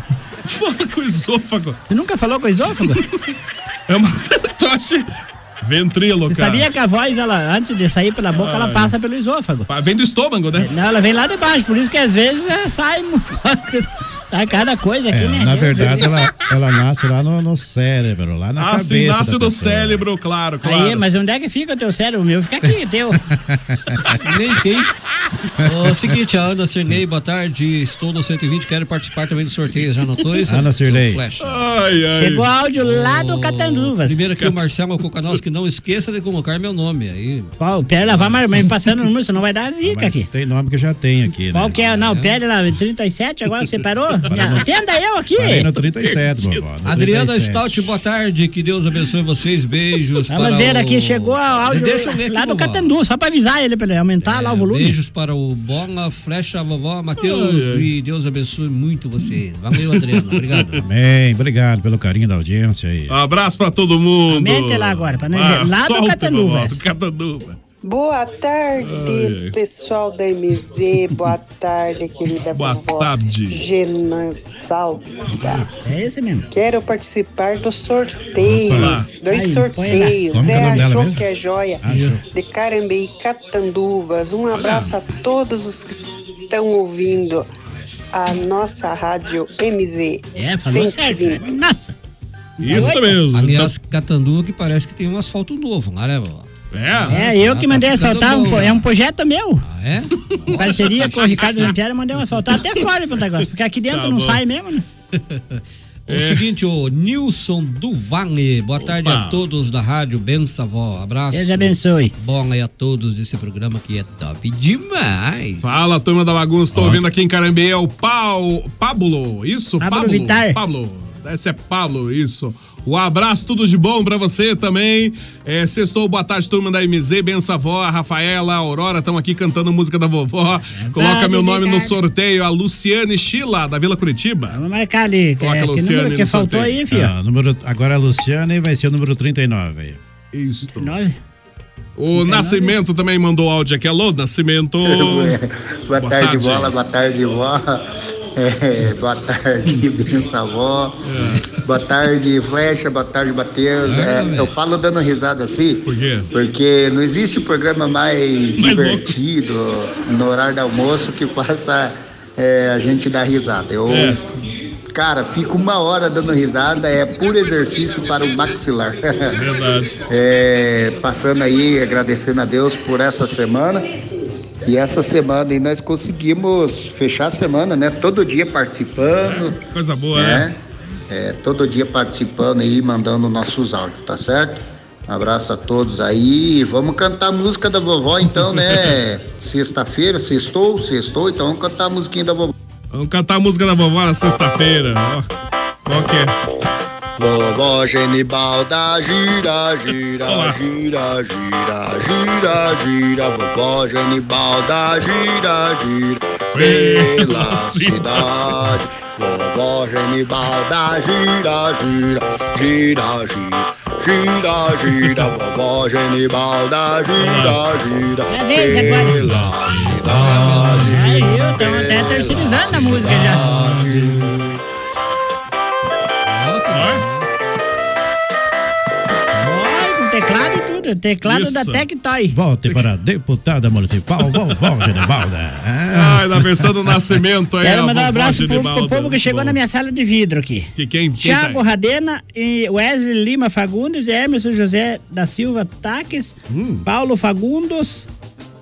Speaker 2: Fala com o esôfago.
Speaker 9: Você nunca falou com o esôfago?
Speaker 2: é uma fantoche ventríloca.
Speaker 9: Você sabia que a voz, ela, antes de sair pela boca, ela
Speaker 2: Ai.
Speaker 9: passa pelo esôfago.
Speaker 2: Vem do estômago, né?
Speaker 9: Não, ela vem lá de baixo, por isso que às vezes é, sai, mu- sai cada coisa aqui,
Speaker 10: É,
Speaker 9: né?
Speaker 10: na
Speaker 9: Deus,
Speaker 10: verdade,
Speaker 9: Deus.
Speaker 10: ela, ela nasce lá no, no cérebro, lá na
Speaker 2: Ah,
Speaker 10: cabeça.
Speaker 2: sim, nasce
Speaker 10: da
Speaker 2: do
Speaker 10: pessoa.
Speaker 2: cérebro, claro, claro.
Speaker 9: Aí, mas onde é que fica o teu cérebro? O meu fica aqui, o teu.
Speaker 11: Nem tem. Ó, é o seguinte, a Ana Cirnei, boa tarde. Estou no 120, quero participar também do sorteio. Já anotou isso?
Speaker 10: Ana
Speaker 11: seu
Speaker 10: Cirnei.
Speaker 11: Flecha?
Speaker 9: Chegou áudio lá do Catanduvas.
Speaker 11: Primeiro aqui o Marcelo Cocanals, que não esqueça de colocar meu nome aí.
Speaker 9: Qual? Pera, vai mas mas passando o número, senão vai dar zica aqui.
Speaker 10: Tem nome que já tem aqui, né?
Speaker 9: Qual que é? Não, pera lá, 37 agora que você parou?
Speaker 10: no-
Speaker 9: Atenda eu aqui.
Speaker 10: Parei Tá no 37, vovó. no
Speaker 11: Adriana
Speaker 10: 37.
Speaker 11: Stout, boa tarde. Que Deus abençoe vocês. Beijos.
Speaker 9: Vamos
Speaker 11: para
Speaker 9: ver
Speaker 11: o-
Speaker 9: aqui, chegou o áudio
Speaker 11: Deixa eu ver aqui,
Speaker 9: lá do
Speaker 11: vovó. É,
Speaker 9: Catandu, só pra avisar ele, pra ele aumentar lá o volume.
Speaker 11: Beijos para o Bola, Flecha, vovó, Matheus.
Speaker 10: Ai, ai.
Speaker 11: E Deus abençoe muito vocês. Valeu, Adriana. Obrigado.
Speaker 10: Amém, obrigado pelo carinho da audiência aí.
Speaker 2: Um Abraço Ah, pra todo mundo.
Speaker 9: Mete lá agora, pra nós
Speaker 2: Ah,
Speaker 9: ver. Lá do
Speaker 2: solta,
Speaker 9: Catanduva.
Speaker 2: vovó, do Catanduva.
Speaker 24: Boa tarde, pessoal da MZ. Boa tarde, querida
Speaker 2: Boa
Speaker 24: vovó
Speaker 2: tarde.
Speaker 24: Genovalda.
Speaker 9: É esse mesmo.
Speaker 24: Quero participar dos sorteios.
Speaker 9: Opa.
Speaker 24: Dois
Speaker 9: Aí,
Speaker 24: sorteios.
Speaker 9: põe lá. Como que
Speaker 24: É
Speaker 9: é o nome
Speaker 24: a
Speaker 9: dela
Speaker 24: Jo
Speaker 9: mesmo?
Speaker 24: que é joia.
Speaker 9: Ah, Jo.
Speaker 24: de Carambeí, Catanduvas. Um abraço a todos os que estão ouvindo a nossa rádio MZ.
Speaker 9: É, falou certo. né? Nossa.
Speaker 11: Oi?
Speaker 2: mesmo.
Speaker 11: Aliás, Catanduva que parece que tem um asfalto novo, lá, né, vovó? tá,
Speaker 9: É, eu que mandei asfaltar, um, po- é um projeto meu.
Speaker 11: né? Ah, é?
Speaker 9: Em parceria com o Ricardo Zampiero, eu mandei um asfaltar até fora de Ponta Grossa, porque aqui dentro
Speaker 11: Tá
Speaker 9: não
Speaker 11: bom.
Speaker 9: sai mesmo, né?
Speaker 11: O seguinte, o Nilson do Vale. Boa tarde a todos da rádio Benção, vó. Abraço.
Speaker 9: Deus abençoe.
Speaker 11: Bom aí a todos desse programa que é top demais.
Speaker 2: Fala, turma da bagunça. Tô ouvindo aqui em Carambeí. É o Pau, Pablo. Isso,
Speaker 11: Pablo
Speaker 2: Pablo.
Speaker 11: Vittar.
Speaker 2: Pablo. Esse é Pablo, isso. Um abraço, tudo de bom pra você também. É, sextou, boa tarde, turma da MZ, benção avó, a Rafaela, a Aurora, estão aqui cantando música da vovó. Coloca meu nome no
Speaker 9: obrigado.
Speaker 2: sorteio, a Luciane Chila, da Vila Curitiba.
Speaker 9: Vamos marcar ali.
Speaker 2: Coloca
Speaker 9: é,
Speaker 2: a
Speaker 9: que
Speaker 2: Luciane
Speaker 9: número que
Speaker 2: no
Speaker 9: faltou
Speaker 2: sorteio.
Speaker 9: aí, filho?
Speaker 10: Ah, número, agora a Luciana e vai ser o número 39 aí.
Speaker 2: Isso. O Nascimento também mandou áudio aqui. Alô, Nascimento.
Speaker 25: Boa, tarde, bola, boa tarde, vó. É, boa tarde, benção, vó.
Speaker 2: É.
Speaker 25: Boa tarde, flecha, boa tarde, Matheus. É, eu falo dando risada assim. Por
Speaker 2: quê?
Speaker 25: Porque não existe programa mais divertido no horário do almoço que faça é, a gente dar risada. Eu, cara, fico uma hora dando risada, é puro exercício para o maxilar. Verdade. passando aí, agradecendo a Deus por essa semana. E essa semana aí nós conseguimos fechar a semana, né? Todo dia participando.
Speaker 2: Coisa boa, né?
Speaker 25: É, todo dia participando aí, mandando nossos áudios, tá certo? Um abraço a todos aí. Vamos cantar a música da vovó então, né? Sexta-feira, sextou, sextou, então vamos cantar a musiquinha da vovó.
Speaker 2: Vamos cantar a música da vovó na sexta-feira. Ó, Qual que é?
Speaker 25: Vovó Genibalda gira, gira, gira, gira, gira, gira. Vovó Genibalda gira, gira pela cidade. Vovó Genibalda gira, gira, gira, gira. Gira, gira, vovó Genibalda gira, gira
Speaker 9: é vez
Speaker 25: pela cidade.
Speaker 9: Aí, eu estamos até Então, tá terceirizando a música já. Claro, teclado
Speaker 10: Isso.
Speaker 9: da Tectoy.
Speaker 10: Volte para a deputada municipal, vovó Genibalda.
Speaker 2: Ai, na versão do Nascimento aí,
Speaker 9: Quero
Speaker 2: a
Speaker 9: mandar um
Speaker 2: vovó
Speaker 9: abraço pro, pro
Speaker 2: Genibalda.
Speaker 9: povo que chegou
Speaker 2: Bom.
Speaker 9: na minha sala de vidro aqui.
Speaker 2: Que quem, quem tá aí?
Speaker 9: Tiago Radena, e Wesley Lima Fagundes, Emerson José da Silva Taques,
Speaker 2: Hum.
Speaker 9: Paulo Fagundos,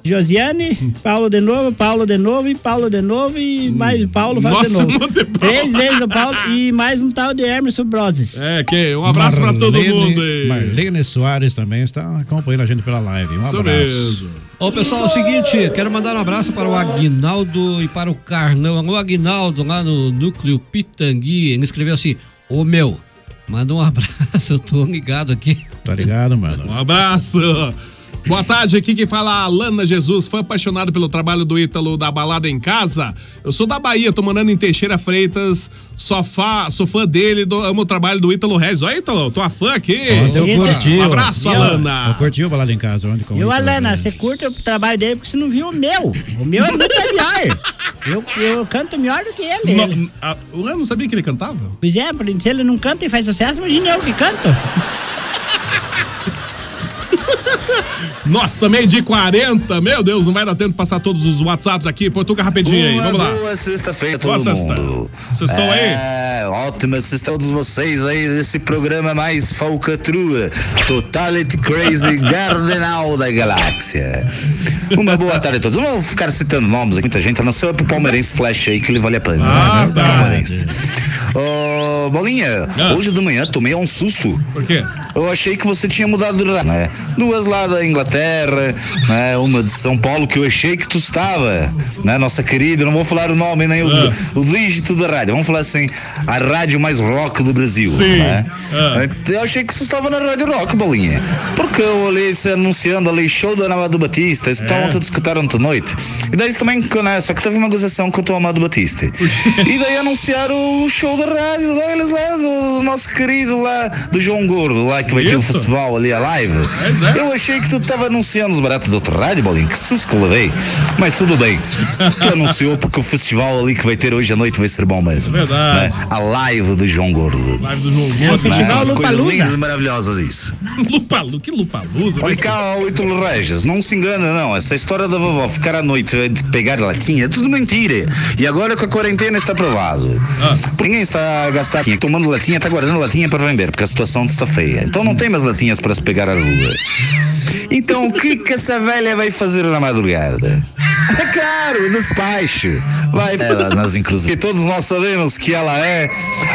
Speaker 9: Josiane, Paulo de novo, Paulo de novo e Paulo de novo e mais Paulo faz
Speaker 2: Hum. Nossa,
Speaker 9: de
Speaker 2: manda
Speaker 9: novo. Três vezes o Paulo e mais um tal de Emerson Brozes.
Speaker 2: É, que um abraço pra todo
Speaker 10: Marlene-
Speaker 2: mundo aí.
Speaker 10: Marlene Soares também está acompanhando a gente pela live. Um
Speaker 2: Isso
Speaker 10: abraço.
Speaker 2: mesmo.
Speaker 11: Ô pessoal, é o seguinte, quero mandar um abraço para o Aguinaldo e para o Carnão. O Aguinaldo lá no Núcleo Pitangui, ele escreveu assim, ô meu, manda um abraço, eu tô ligado aqui.
Speaker 10: Tá ligado, mano.
Speaker 2: Um abraço. Boa tarde, aqui quem fala é a Alana Jesus, fã apaixonado pelo trabalho do Ítalo da Balada em Casa. Eu sou da Bahia, tô morando em Teixeira Freitas, sou fã, sou fã dele, do- amo o trabalho do Ítalo Reis. Olha, Ítalo, tua fã aqui.
Speaker 10: Ontem eu curti.
Speaker 2: Um abraço,
Speaker 10: eu- Eu
Speaker 2: Alana.
Speaker 10: curti o balada em casa onde com
Speaker 9: E o
Speaker 10: o
Speaker 9: Alana, você curte o trabalho dele porque você não viu o meu. O meu é muito melhor. Eu, eu canto melhor do que ele.
Speaker 2: No- a- o Léo não sabia que ele cantava?
Speaker 9: Pois é, por- se ele não canta e faz sucesso, imagina eu que canto.
Speaker 2: Nossa, meio de 40. Meu Deus, não vai dar tempo de passar todos os WhatsApps aqui. Portuga rapidinho aí,
Speaker 3: Boa,
Speaker 2: vamos lá.
Speaker 3: Boa sexta-feira, todo
Speaker 2: Boa sexta.
Speaker 3: mundo.
Speaker 2: Sextou
Speaker 3: É, ótima sexta a todos vocês aí desse programa mais falcatrua, Totality Crazy Gardenal da Galáxia. Uma boa tarde a todos. Não vou ficar citando nomes aqui, muita gente, a não ser pro Palmeirense Flash aí que ele vale a pena. Ah, tá. Palmeirense. Ô, Bolinha, hoje de manhã tomei um susto.
Speaker 2: Por quê?
Speaker 3: Eu achei que você tinha mudado de ra- né? Duas lá da Inglaterra, né? Uma de São Paulo que eu achei que tu estava, né? Nossa querida, não vou falar o nome nem o, o dígito da rádio. Vamos falar assim, a rádio mais rock do Brasil,
Speaker 1: Sim.
Speaker 3: né? Eu achei que você estava na rádio rock, bolinha. Porque eu olhei você anunciando ali show do Amado Batista, isso tá ontem discutaram ontem à noite. E daí isso também, né? Só que teve uma gozação com o teu Amado Batista. e daí anunciaram o show da rádio deles lá, do, do nosso querido lá, do João Gordo, lá que vai ter o
Speaker 1: Isso.
Speaker 3: festival ali, a live. Eu achei que tu tava anunciando os baratos do outro rádio, bolinha, que susto que eu levei. Mas tudo bem. Tu anunciou porque o festival ali que vai ter hoje à noite vai ser bom mesmo.
Speaker 2: Verdade. É
Speaker 3: Né?
Speaker 2: um
Speaker 3: A live do João Gordo.
Speaker 2: Live do João
Speaker 3: Né? As coisas
Speaker 2: Lupalusa.
Speaker 3: lindas e maravilhosas isso.
Speaker 2: Lupalu, que Lupalusa?
Speaker 3: Olha cá, o Ítalo Regis, não se engana não, essa história da vovó ficar à noite eh, de pegar latinha é tudo mentira. E agora com a quarentena está provado. Ninguém está gastando latinha, tomando latinha, está guardando latinha para vender, porque a situação está feia. Então não tem mais latinhas para se pegar à rua. Então o que que essa velha vai fazer na madrugada? É claro, despacho. Vai ela É, nas encruzilhadas. E todos nós sabemos que ela é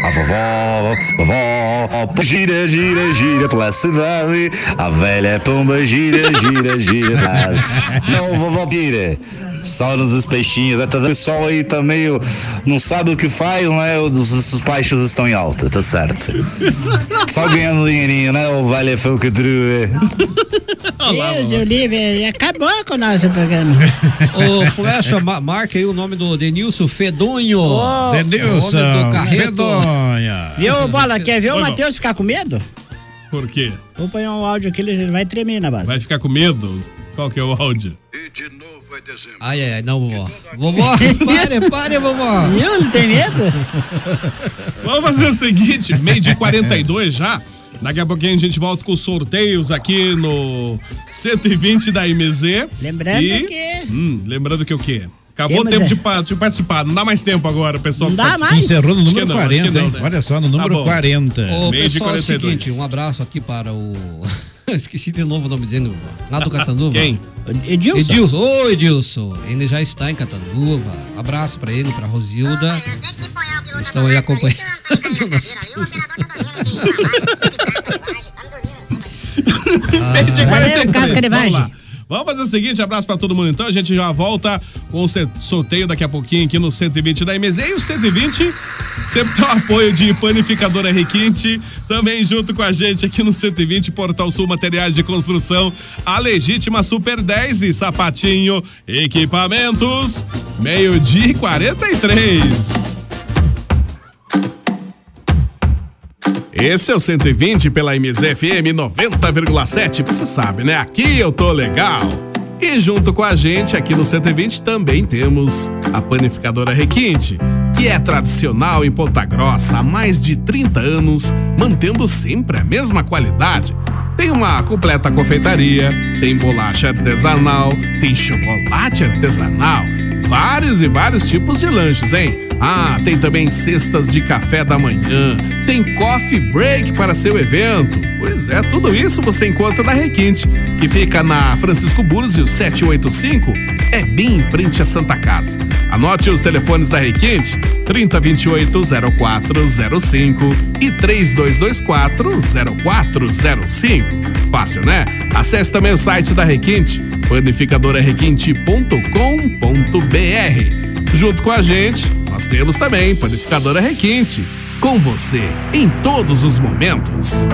Speaker 3: a vovó, vovó, gira, gira, gira pela cidade. A velha pomba gira, gira, gira. Não, vovó gira. Só nos peixinhos, né? Tá- O pessoal aí tá meio. não sabe o que faz, né? Os, os baixos estão em alta, tá certo. Só ganhando dinheirinho, né? O velha foi o que true. é.
Speaker 9: Deus, eu livre, acabou com o nosso programa.
Speaker 11: Ô Flecha, ma- marca aí o nome do Denilson Fedonho. É
Speaker 9: Ô,
Speaker 11: O homem do carreto.
Speaker 9: Viu, Bola, quer ver
Speaker 11: Oi,
Speaker 9: o
Speaker 11: Bola.
Speaker 9: Matheus ficar com medo?
Speaker 2: Por quê?
Speaker 9: Vou pôr um áudio aqui, ele vai tremer na base.
Speaker 2: Vai ficar com medo? Qual que é o áudio?
Speaker 11: Ai, ai, ai, não, vovó. Vovó, pare, pare, vovó.
Speaker 9: Viu, ele tem medo?
Speaker 2: Vamos fazer o seguinte, meio de 42 já. Daqui a pouquinho a gente volta com os sorteios aqui no 120 da MZ.
Speaker 9: Lembrando
Speaker 2: E-
Speaker 9: que...
Speaker 2: Hum, lembrando que o quê? Acabou o
Speaker 9: Temos,
Speaker 2: tempo
Speaker 9: é.
Speaker 2: de, pa- de participar. Não dá mais tempo agora, pessoal.
Speaker 9: Não
Speaker 2: que
Speaker 9: dá
Speaker 2: participa.
Speaker 9: mais?
Speaker 10: Encerrou no
Speaker 2: Acho
Speaker 10: número
Speaker 2: que não, acho que
Speaker 10: 40, hein?
Speaker 2: né?
Speaker 10: Olha só, no
Speaker 2: Tá
Speaker 10: número
Speaker 2: bom.
Speaker 10: 40.
Speaker 11: Ô,
Speaker 2: Meio de
Speaker 11: pessoal, é o
Speaker 2: 42.
Speaker 11: seguinte, um abraço aqui para o... Esqueci de novo o nome dele, lá do Catanduva.
Speaker 2: Quem?
Speaker 9: Edilson.
Speaker 11: Edilson, ô Edilson, ele já está em Catanduva. Abraço para ele, para Rosilda. Estão aí acompanhando.
Speaker 16: Ah.
Speaker 10: Ah,
Speaker 2: Meio de
Speaker 11: Valeu,
Speaker 2: 43.
Speaker 11: Casca de
Speaker 2: Vamos
Speaker 11: Vargem.
Speaker 2: lá. Vamos fazer o seguinte, abraço pra todo mundo então. A gente já volta com o se- sorteio daqui a pouquinho aqui no 120 da MZ. E o 120 sempre tem o apoio de Panificadora Requinte, também junto com a gente aqui no 120 Portal Sul Materiais de Construção, a Legítima Super 10 e Sapatinho Equipamentos, meio-dia e 43. Esse é o 120 pela MZFM 90,7. Você sabe, né? Aqui eu tô legal. E junto com a gente, aqui no 120, também temos a panificadora Requinte, que é tradicional em Ponta Grossa há mais de 30 anos, mantendo sempre a mesma qualidade. Tem uma completa confeitaria, tem bolacha artesanal, tem chocolate artesanal, vários e vários tipos de lanches, hein? Ah, tem também cestas de café da manhã, tem coffee break para seu evento. Pois é, tudo isso você encontra na Requinte, que fica na Francisco Búzios 785, é bem em frente à Santa Casa. Anote os telefones da Requinte: 3028-0405 e 3224-0405. Fácil, né? Acesse também o site da Requinte, panificadorarequinte.com.br. Junto com a gente, nós temos também Panificadora Requinte. Com você em todos os momentos.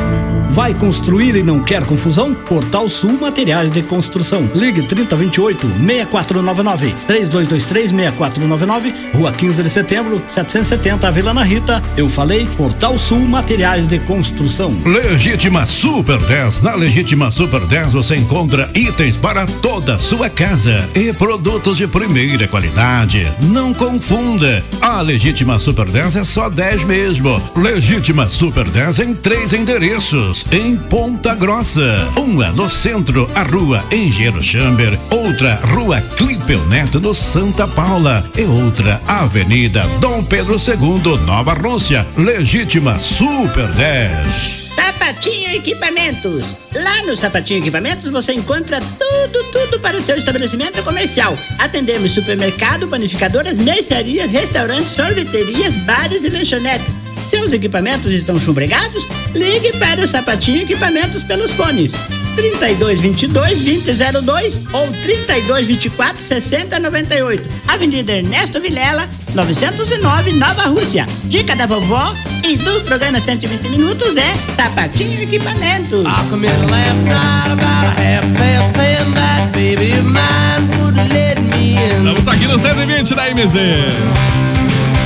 Speaker 4: Vai construir e não quer confusão? Portal Sul Materiais de Construção. Ligue 3028 6499 3223 6499, Rua 15 de Setembro, 770, Vila Na Rita. Eu falei, Portal Sul Materiais de Construção.
Speaker 10: Legítima Super 10. Na Legítima Super 10 você encontra itens para toda a sua casa e produtos de primeira qualidade. Não confunda. A Legítima Super 10 é só 10 mesmo. Legítima Super 10 em três endereços. Em Ponta Grossa. Uma no centro, a rua Engenheiro Chamber. Outra, rua Clipel Neto, no Santa Paula. E outra, Avenida Dom Pedro II, Nova Rússia. Legítima Super 10.
Speaker 23: Sapatinho Equipamentos. Lá no Sapatinho Equipamentos você encontra tudo, tudo para seu estabelecimento comercial. Atendemos supermercado, panificadoras, mercearias, restaurantes, sorveterias, bares e lanchonetes. Seus equipamentos estão chumbregados? Ligue para o Sapatinho Equipamentos pelos fones 3222 2002 ou 3224 6098. Avenida Ernesto Vilela, 909, Nova Rússia. Dica da vovó e do programa 120 Minutos é Sapatinho Equipamentos.
Speaker 1: I committed last night about a half past ten that baby of mine would let me in.
Speaker 2: Estamos aqui no 120 da MZ.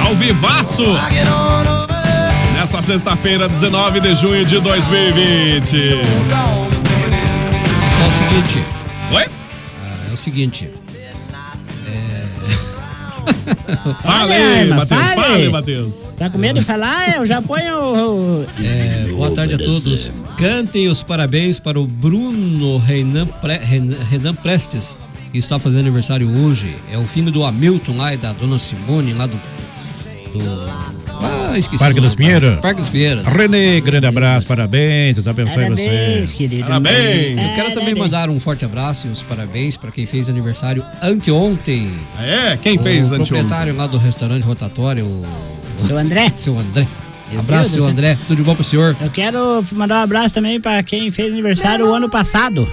Speaker 2: Ao vivaço. Nessa sexta-feira, 19 de junho de 2020.
Speaker 11: Só o seguinte.
Speaker 2: Oi?
Speaker 11: Ah, é o seguinte. É...
Speaker 2: Fale,
Speaker 9: Ema,
Speaker 2: Matheus.
Speaker 9: fale.
Speaker 2: Fale, Matheus.
Speaker 9: Tá com medo de falar? Eu já ponho o. o-
Speaker 11: É, boa tarde a todos. Cantem os parabéns para o Bruno Renan, Pre- Renan- Renan Prestes, que está fazendo aniversário hoje. É o filho do Hamilton lá e da Dona Simone lá do. do- ah, esqueci.
Speaker 10: Parque
Speaker 11: o nome.
Speaker 10: dos Pinheiros.
Speaker 11: Parque dos Pinheiros.
Speaker 10: Renê, grande abraço, parabéns, Deus abençoe
Speaker 11: Parabéns,
Speaker 10: você.
Speaker 9: querido.
Speaker 11: Eu quero também mandar um forte abraço e os parabéns para quem fez aniversário anteontem.
Speaker 2: É, quem fez
Speaker 11: o
Speaker 2: anteontem?
Speaker 11: proprietário lá do restaurante rotatório. O...
Speaker 9: Seu André?
Speaker 11: Seu André.
Speaker 9: Meu
Speaker 11: abraço,
Speaker 9: Deus do
Speaker 11: seu
Speaker 9: céu.
Speaker 11: André. Tudo de bom pro senhor?
Speaker 9: Eu quero mandar um abraço também pra quem fez aniversário o ano passado.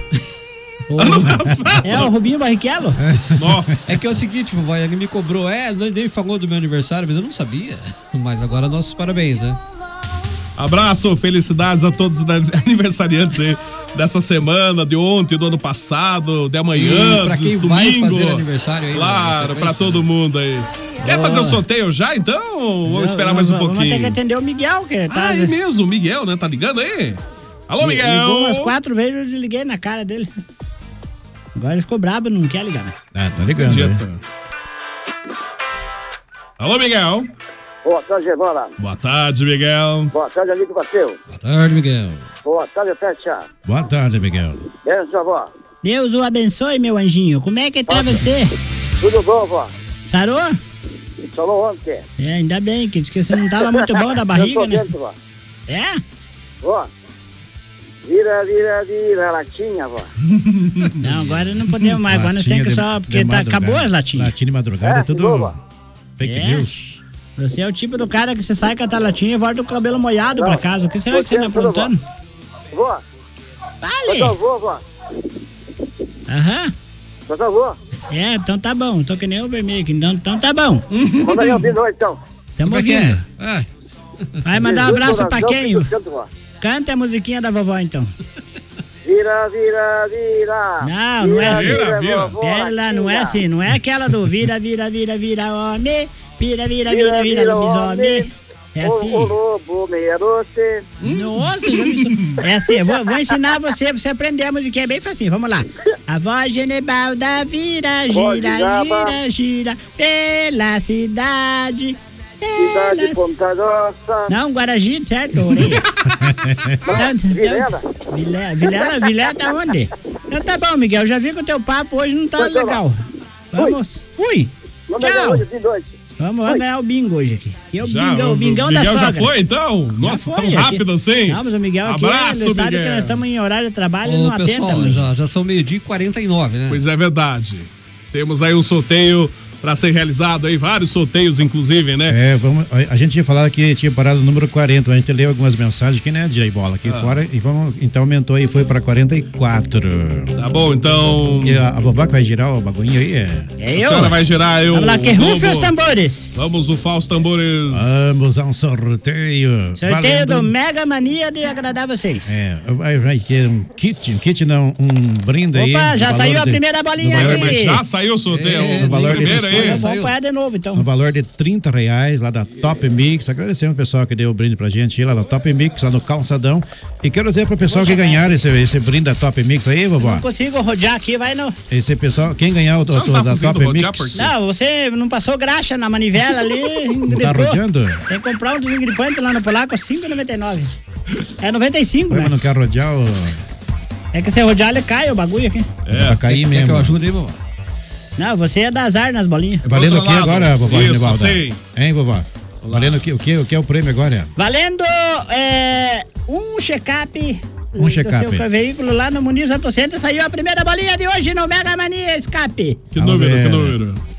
Speaker 9: É o Rubinho Barrichello?
Speaker 2: Nossa.
Speaker 11: É que é o seguinte, vovó, ele me cobrou. É, nem nem falou do meu aniversário, mas eu não sabia. Mas agora nossos parabéns, né?
Speaker 2: Abraço, felicidades a todos os aniversariantes aí dessa semana, de ontem, do ano passado, de amanhã,
Speaker 11: E pra quem
Speaker 2: dos
Speaker 11: vai
Speaker 2: domingo.
Speaker 11: fazer aniversário aí né, é na
Speaker 2: Claro,
Speaker 11: sequência,
Speaker 2: pra todo mundo aí. Quer fazer o sorteio já então? Ou vamos esperar mais um
Speaker 9: Vamos- Vamos ter que
Speaker 2: pouquinho?
Speaker 9: atender o Miguel, que tá.
Speaker 2: Ah, é mesmo, o Miguel, né? Tá ligando aí? Alô,
Speaker 9: Li- Ligou umas
Speaker 2: Miguel!
Speaker 9: quatro vezes eu desliguei na cara dele. Agora ele ficou brabo, não quer ligar né? mais.
Speaker 10: Ah, tá ligando.
Speaker 2: Dito. Alô, Miguel!
Speaker 7: Boa tarde, Evana.
Speaker 2: Boa tarde, Miguel.
Speaker 7: Boa tarde, amigo Bateu.
Speaker 11: Boa tarde, Miguel.
Speaker 7: Boa tarde, Tessa.
Speaker 10: Boa tarde, Miguel.
Speaker 7: Beijo, sua avó.
Speaker 9: Deus o abençoe, meu anjinho. Como é que tá você?
Speaker 7: Tudo bom, vó?
Speaker 9: Sarou?
Speaker 7: Falou ontem.
Speaker 9: É, ainda bem, que disse que você não tava muito bom da barriga,
Speaker 7: Eu tô
Speaker 9: né?
Speaker 7: dentro, vó.
Speaker 9: É?
Speaker 7: Vó. Vira, vira, vira, latinha, vó.
Speaker 9: Não, agora não podemos mais. Agora nós
Speaker 10: Latinha
Speaker 9: temos que
Speaker 10: de-
Speaker 9: só.
Speaker 10: de
Speaker 9: Porque tá,
Speaker 10: madrugada.
Speaker 9: acabou as latinhas.
Speaker 10: Latinha de madrugada é, tudo fake
Speaker 9: É.
Speaker 10: news.
Speaker 9: Você é o tipo do cara que você sai com a latinha e volta com o cabelo molhado pra casa. O que será que você tá
Speaker 7: Tudo bom.
Speaker 9: aprontando?
Speaker 7: Vó.
Speaker 9: Fale.
Speaker 7: Sou avô, vó.
Speaker 9: Aham.
Speaker 7: Sou avô.
Speaker 9: É, então tá bom. Tô que nem o vermelho aqui. Então, então tá bom.
Speaker 7: Manda aí um binou, então.
Speaker 9: Tamo
Speaker 7: Como é Ah. que
Speaker 9: ouvindo. Vai mandar um
Speaker 7: Jesus,
Speaker 9: abraço pra
Speaker 7: coração,
Speaker 9: quem?
Speaker 7: Espírito Santo, vó.
Speaker 9: Canta a musiquinha da vovó, então.
Speaker 7: Vira, vira, vira.
Speaker 9: Não, não é assim.
Speaker 7: Vira, vira, vovó,
Speaker 9: Pera lá, não é
Speaker 7: latinha.
Speaker 9: assim. Não é aquela do vira, vira, vira, vira, homem. Vira, vira, vira,
Speaker 7: Vira,
Speaker 9: vira,
Speaker 7: vira,
Speaker 9: lobisomem.
Speaker 7: homem.
Speaker 9: É assim.
Speaker 7: O, o lobo, meia-noite.
Speaker 9: Nossa, já me... ensinou. É assim, eu vou, vou ensinar você pra você aprender a musiquinha é bem facinho. Vamos lá. A voz Genebalda vira,
Speaker 7: Voz de
Speaker 9: gira,
Speaker 7: Jaba.
Speaker 9: gira, gira pela cidade.
Speaker 7: Cidade Ponta Grossa.
Speaker 9: Não, Guarajito, certo? Orelha. Não, então-
Speaker 7: Vilela.
Speaker 9: Vilela, Vilela, Vilela tá onde? Então tá bom, Miguel, já vi que o teu papo hoje não tá
Speaker 23: Pois tá bom.
Speaker 9: legal. Vamos, fui! Tchau! Vamos
Speaker 23: Fui.
Speaker 9: ganhar o bingo hoje aqui. E o
Speaker 2: Já,
Speaker 9: bingão,
Speaker 2: o
Speaker 9: o bingão da
Speaker 2: Miguel
Speaker 9: sogra.
Speaker 2: já foi, então? Nossa, tão rápido assim?
Speaker 9: Não, mas o Miguel aqui,
Speaker 2: Abraço,
Speaker 9: ele sabe que
Speaker 2: Miguel.
Speaker 9: nós estamos em horário de trabalho e
Speaker 2: Ô,
Speaker 9: não atenta
Speaker 2: pessoal,
Speaker 9: muito.
Speaker 2: já, são meio-dia e 49, né? Pois é verdade. Temos aí um sorteio pra ser realizado aí, vários sorteios, inclusive, né?
Speaker 10: É, vamos, a, a gente tinha falado que tinha parado no número 40, mas a gente leu algumas mensagens que né, DJ Bola aqui
Speaker 2: Ah.
Speaker 10: fora, e vamos, então aumentou e foi para 44.
Speaker 2: Tá bom, então.
Speaker 10: E a, a vovó que vai girar o bagulhinho aí é.
Speaker 2: a senhora vai girar eu.
Speaker 10: Vamos lá, que
Speaker 2: o
Speaker 10: rufem
Speaker 2: globo.
Speaker 10: os
Speaker 9: tambores.
Speaker 2: Vamos, rufar os tambores.
Speaker 10: Vamos a um sorteio.
Speaker 9: Sorteio do
Speaker 10: Valendo-
Speaker 9: Mega Mania de agradar vocês.
Speaker 10: É, vai, vai ter um kit, um kit não, um brinde aí.
Speaker 9: Opa, já
Speaker 10: no valor
Speaker 9: saiu a
Speaker 10: de-
Speaker 9: primeira bolinha
Speaker 10: no valor
Speaker 9: aí.
Speaker 10: de-
Speaker 2: Já saiu o sorteio.
Speaker 10: É,
Speaker 2: o
Speaker 10: valor de
Speaker 2: primeiro aí.
Speaker 10: pessoa.
Speaker 9: Vamos apanhar de novo, então.
Speaker 10: No valor de 30 reais lá da Top Mix. Agradecemos o pessoal que deu o brinde pra gente aí lá na Top Mix, lá no Calçadão. E quero dizer pro pessoal que ganharam esse, esse brinde da Top Mix aí, vovó.
Speaker 9: Não consigo rodear aqui, vai não.
Speaker 10: Esse pessoal, quem ganhar o, o,
Speaker 9: não tá
Speaker 10: da
Speaker 9: conseguindo
Speaker 10: Top
Speaker 9: rodear,
Speaker 10: Mix.
Speaker 9: Não, você não passou graxa na manivela ali,
Speaker 10: Não
Speaker 9: engripou.
Speaker 10: tá rodeando?
Speaker 9: Tem que comprar um desengripante lá no Polaco, 5,99. É 95,
Speaker 10: Ué,
Speaker 9: né?
Speaker 10: mas não quer rodear o.
Speaker 9: É que se rodear, ele cai o bagulho aqui.
Speaker 10: É, vai cair mesmo. Tá
Speaker 11: ajude aí, vovó?
Speaker 9: Não, você é dar azar nas bolinhas.
Speaker 10: Valendo o que agora, vovó
Speaker 2: Isso,
Speaker 10: Anivalda?
Speaker 2: sim.
Speaker 10: Hein, vovó? Valendo o que, o, que, o que é o prêmio agora?
Speaker 9: Valendo é, um check-up.
Speaker 10: Um
Speaker 9: do
Speaker 10: check-up.
Speaker 9: seu veículo lá no Muniz Auto Center saiu a primeira bolinha de hoje no Mega Mania Escape.
Speaker 2: Que número, que número?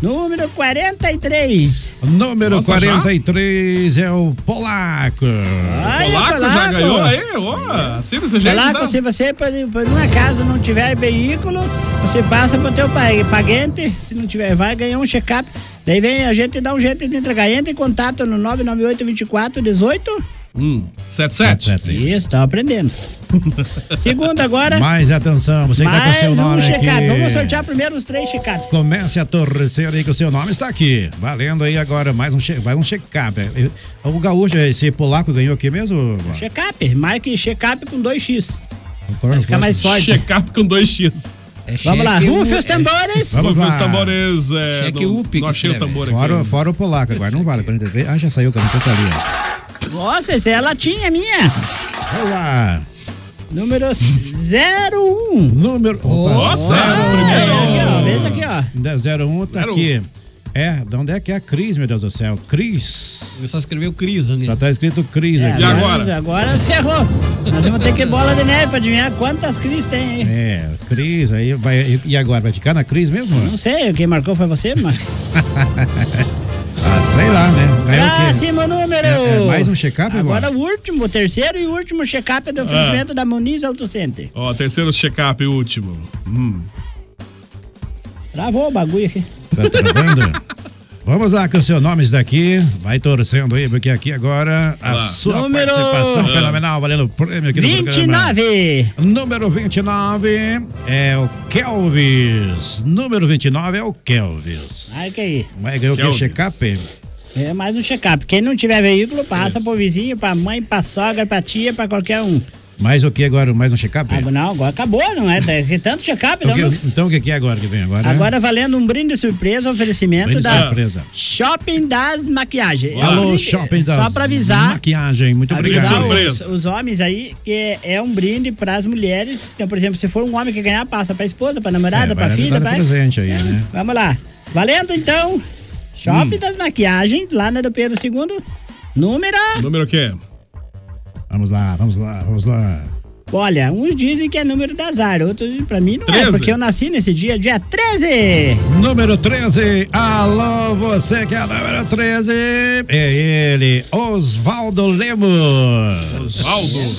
Speaker 9: Número 43.
Speaker 10: Número
Speaker 9: Nossa, já?
Speaker 10: 43 é o Polaco.
Speaker 9: Olha, Polaco já é Polaco. ganhou aí,
Speaker 2: ó. Assim
Speaker 9: Polaco, se você por, por um acaso não tiver veículo, você passa pro teu pai, paguente, se não tiver, vai ganhar um check-up. Daí vem a gente dá um jeito de entregar. Entra em contato no 998 24 18
Speaker 2: Hum, 77.
Speaker 9: Isso, tá aprendendo. Segundo agora.
Speaker 10: Mais atenção, você que tá com
Speaker 9: mais
Speaker 10: seu
Speaker 9: um
Speaker 10: nome aqui.
Speaker 9: check-up. Vamos sortear primeiro os três check-ups.
Speaker 10: Comece a torcer aí que o seu nome está aqui. Valendo aí agora mais um, che vai um check-up. Eh, O gaúcho, esse polaco ganhou aqui mesmo? vó?
Speaker 9: Check-up, marque check-up com 2x.
Speaker 10: Vai
Speaker 9: ficar mais forte. É
Speaker 2: Check-up com 2x.
Speaker 9: Vamos lá, rufe os tambores.
Speaker 10: Vamos
Speaker 2: Rufem os
Speaker 10: lá.
Speaker 2: tambores. É,
Speaker 10: Cheque
Speaker 2: do- Não achei o tambor aqui.
Speaker 10: Fora, fora o polaco agora, não vale 43. Ah, já saiu, que eu não tô ali. ó.
Speaker 9: Nossa, essa é a latinha minha.
Speaker 10: Vamos lá.
Speaker 9: Número 01.
Speaker 10: Número. Opa, é
Speaker 9: Nossa,
Speaker 10: zero.
Speaker 9: Veja aqui, ó.
Speaker 10: Da 01 tá
Speaker 9: Zero um.
Speaker 10: aqui. É, de onde é que é a Cris, meu Deus do céu? Cris.
Speaker 11: Eu só escreveu Cris ali.
Speaker 10: Só tá escrito Cris
Speaker 9: É,
Speaker 10: aqui.
Speaker 9: mas Agora ferrou. Nós vamos ter que ir bola de neve pra adivinhar quantas Cris tem aí.
Speaker 10: É, Cris, aí vai. e- E agora? Vai ficar na Cris mesmo?
Speaker 9: Não sei, quem marcou foi você, mas.
Speaker 10: ah, sei lá, né? Ganhou o quê?
Speaker 9: Próximo número!
Speaker 10: É, é mais um check-up, Ah. irmão?
Speaker 9: Agora o último, o terceiro e último check-up é do oferecimento da Muniz Auto Center.
Speaker 2: Ó, terceiro check-up, último. Hum.
Speaker 9: Travou o bagulho aqui.
Speaker 10: Tá travando? Vamos lá com o seu nome daqui. Vai torcendo aí, porque aqui agora a
Speaker 2: Olá.
Speaker 10: sua
Speaker 2: Número-
Speaker 10: participação
Speaker 2: Ah.
Speaker 10: fenomenal, valendo o prêmio aqui no programa.
Speaker 9: 29.
Speaker 10: Número 29 é o Kelvis. Número 29 é o Kelvis.
Speaker 9: Marca aí.
Speaker 10: Mas ganhou o que?
Speaker 9: Kelvis.
Speaker 10: Check-up?
Speaker 9: É mais um check-up. Quem não tiver veículo, passa pro vizinho, pra mãe, pra sogra, pra tia, pra qualquer um.
Speaker 10: Mais o que agora? Mais um check-up?
Speaker 9: Ah, não, agora acabou, não é? Tá- que Tanto check-up, não.
Speaker 10: Então,
Speaker 9: né?
Speaker 10: o que- então o que que é agora que vem agora?
Speaker 9: Agora valendo um brinde surpresa, oferecimento
Speaker 10: Brinde
Speaker 9: da
Speaker 10: surpresa.
Speaker 9: Shopping das Maquiagens. É um
Speaker 10: Alô,
Speaker 9: brinde-
Speaker 10: shopping das
Speaker 9: Só pra avisar.
Speaker 10: Maquiagem, muito obrigado.
Speaker 9: avisar os, os homens aí que é um brinde pras mulheres. Então, por exemplo, se for um homem que ganhar, passa pra esposa, pra namorada,
Speaker 10: É,
Speaker 9: pra
Speaker 10: vai
Speaker 9: filha,
Speaker 10: avisar
Speaker 9: pra.
Speaker 10: presente aí, né?
Speaker 9: Vamos lá. Valendo então. Shopping
Speaker 10: Hum.
Speaker 9: das Maquiagens, lá na do Pedro II. Número.
Speaker 2: Número o quê?
Speaker 10: Vamos lá, vamos lá, vamos lá.
Speaker 9: Olha, uns dizem que é número do azar, outros pra mim não é,
Speaker 10: 13.
Speaker 9: porque eu nasci nesse dia, dia 13.
Speaker 10: Número 13, alô, você que é número 13, é ele, Oswaldo Lemos.
Speaker 2: Osvaldo.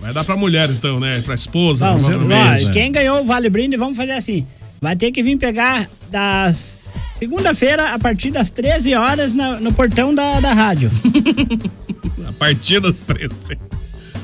Speaker 2: Vai dar pra mulher, então, né? Pra esposa,
Speaker 9: Bom,
Speaker 2: provavelmente.
Speaker 9: ó, quem ganhou o Vale Brinde, vamos fazer assim. Vai ter que vir pegar das segunda-feira, a partir das 13 horas, na- no portão da, da rádio.
Speaker 2: A partir das 13.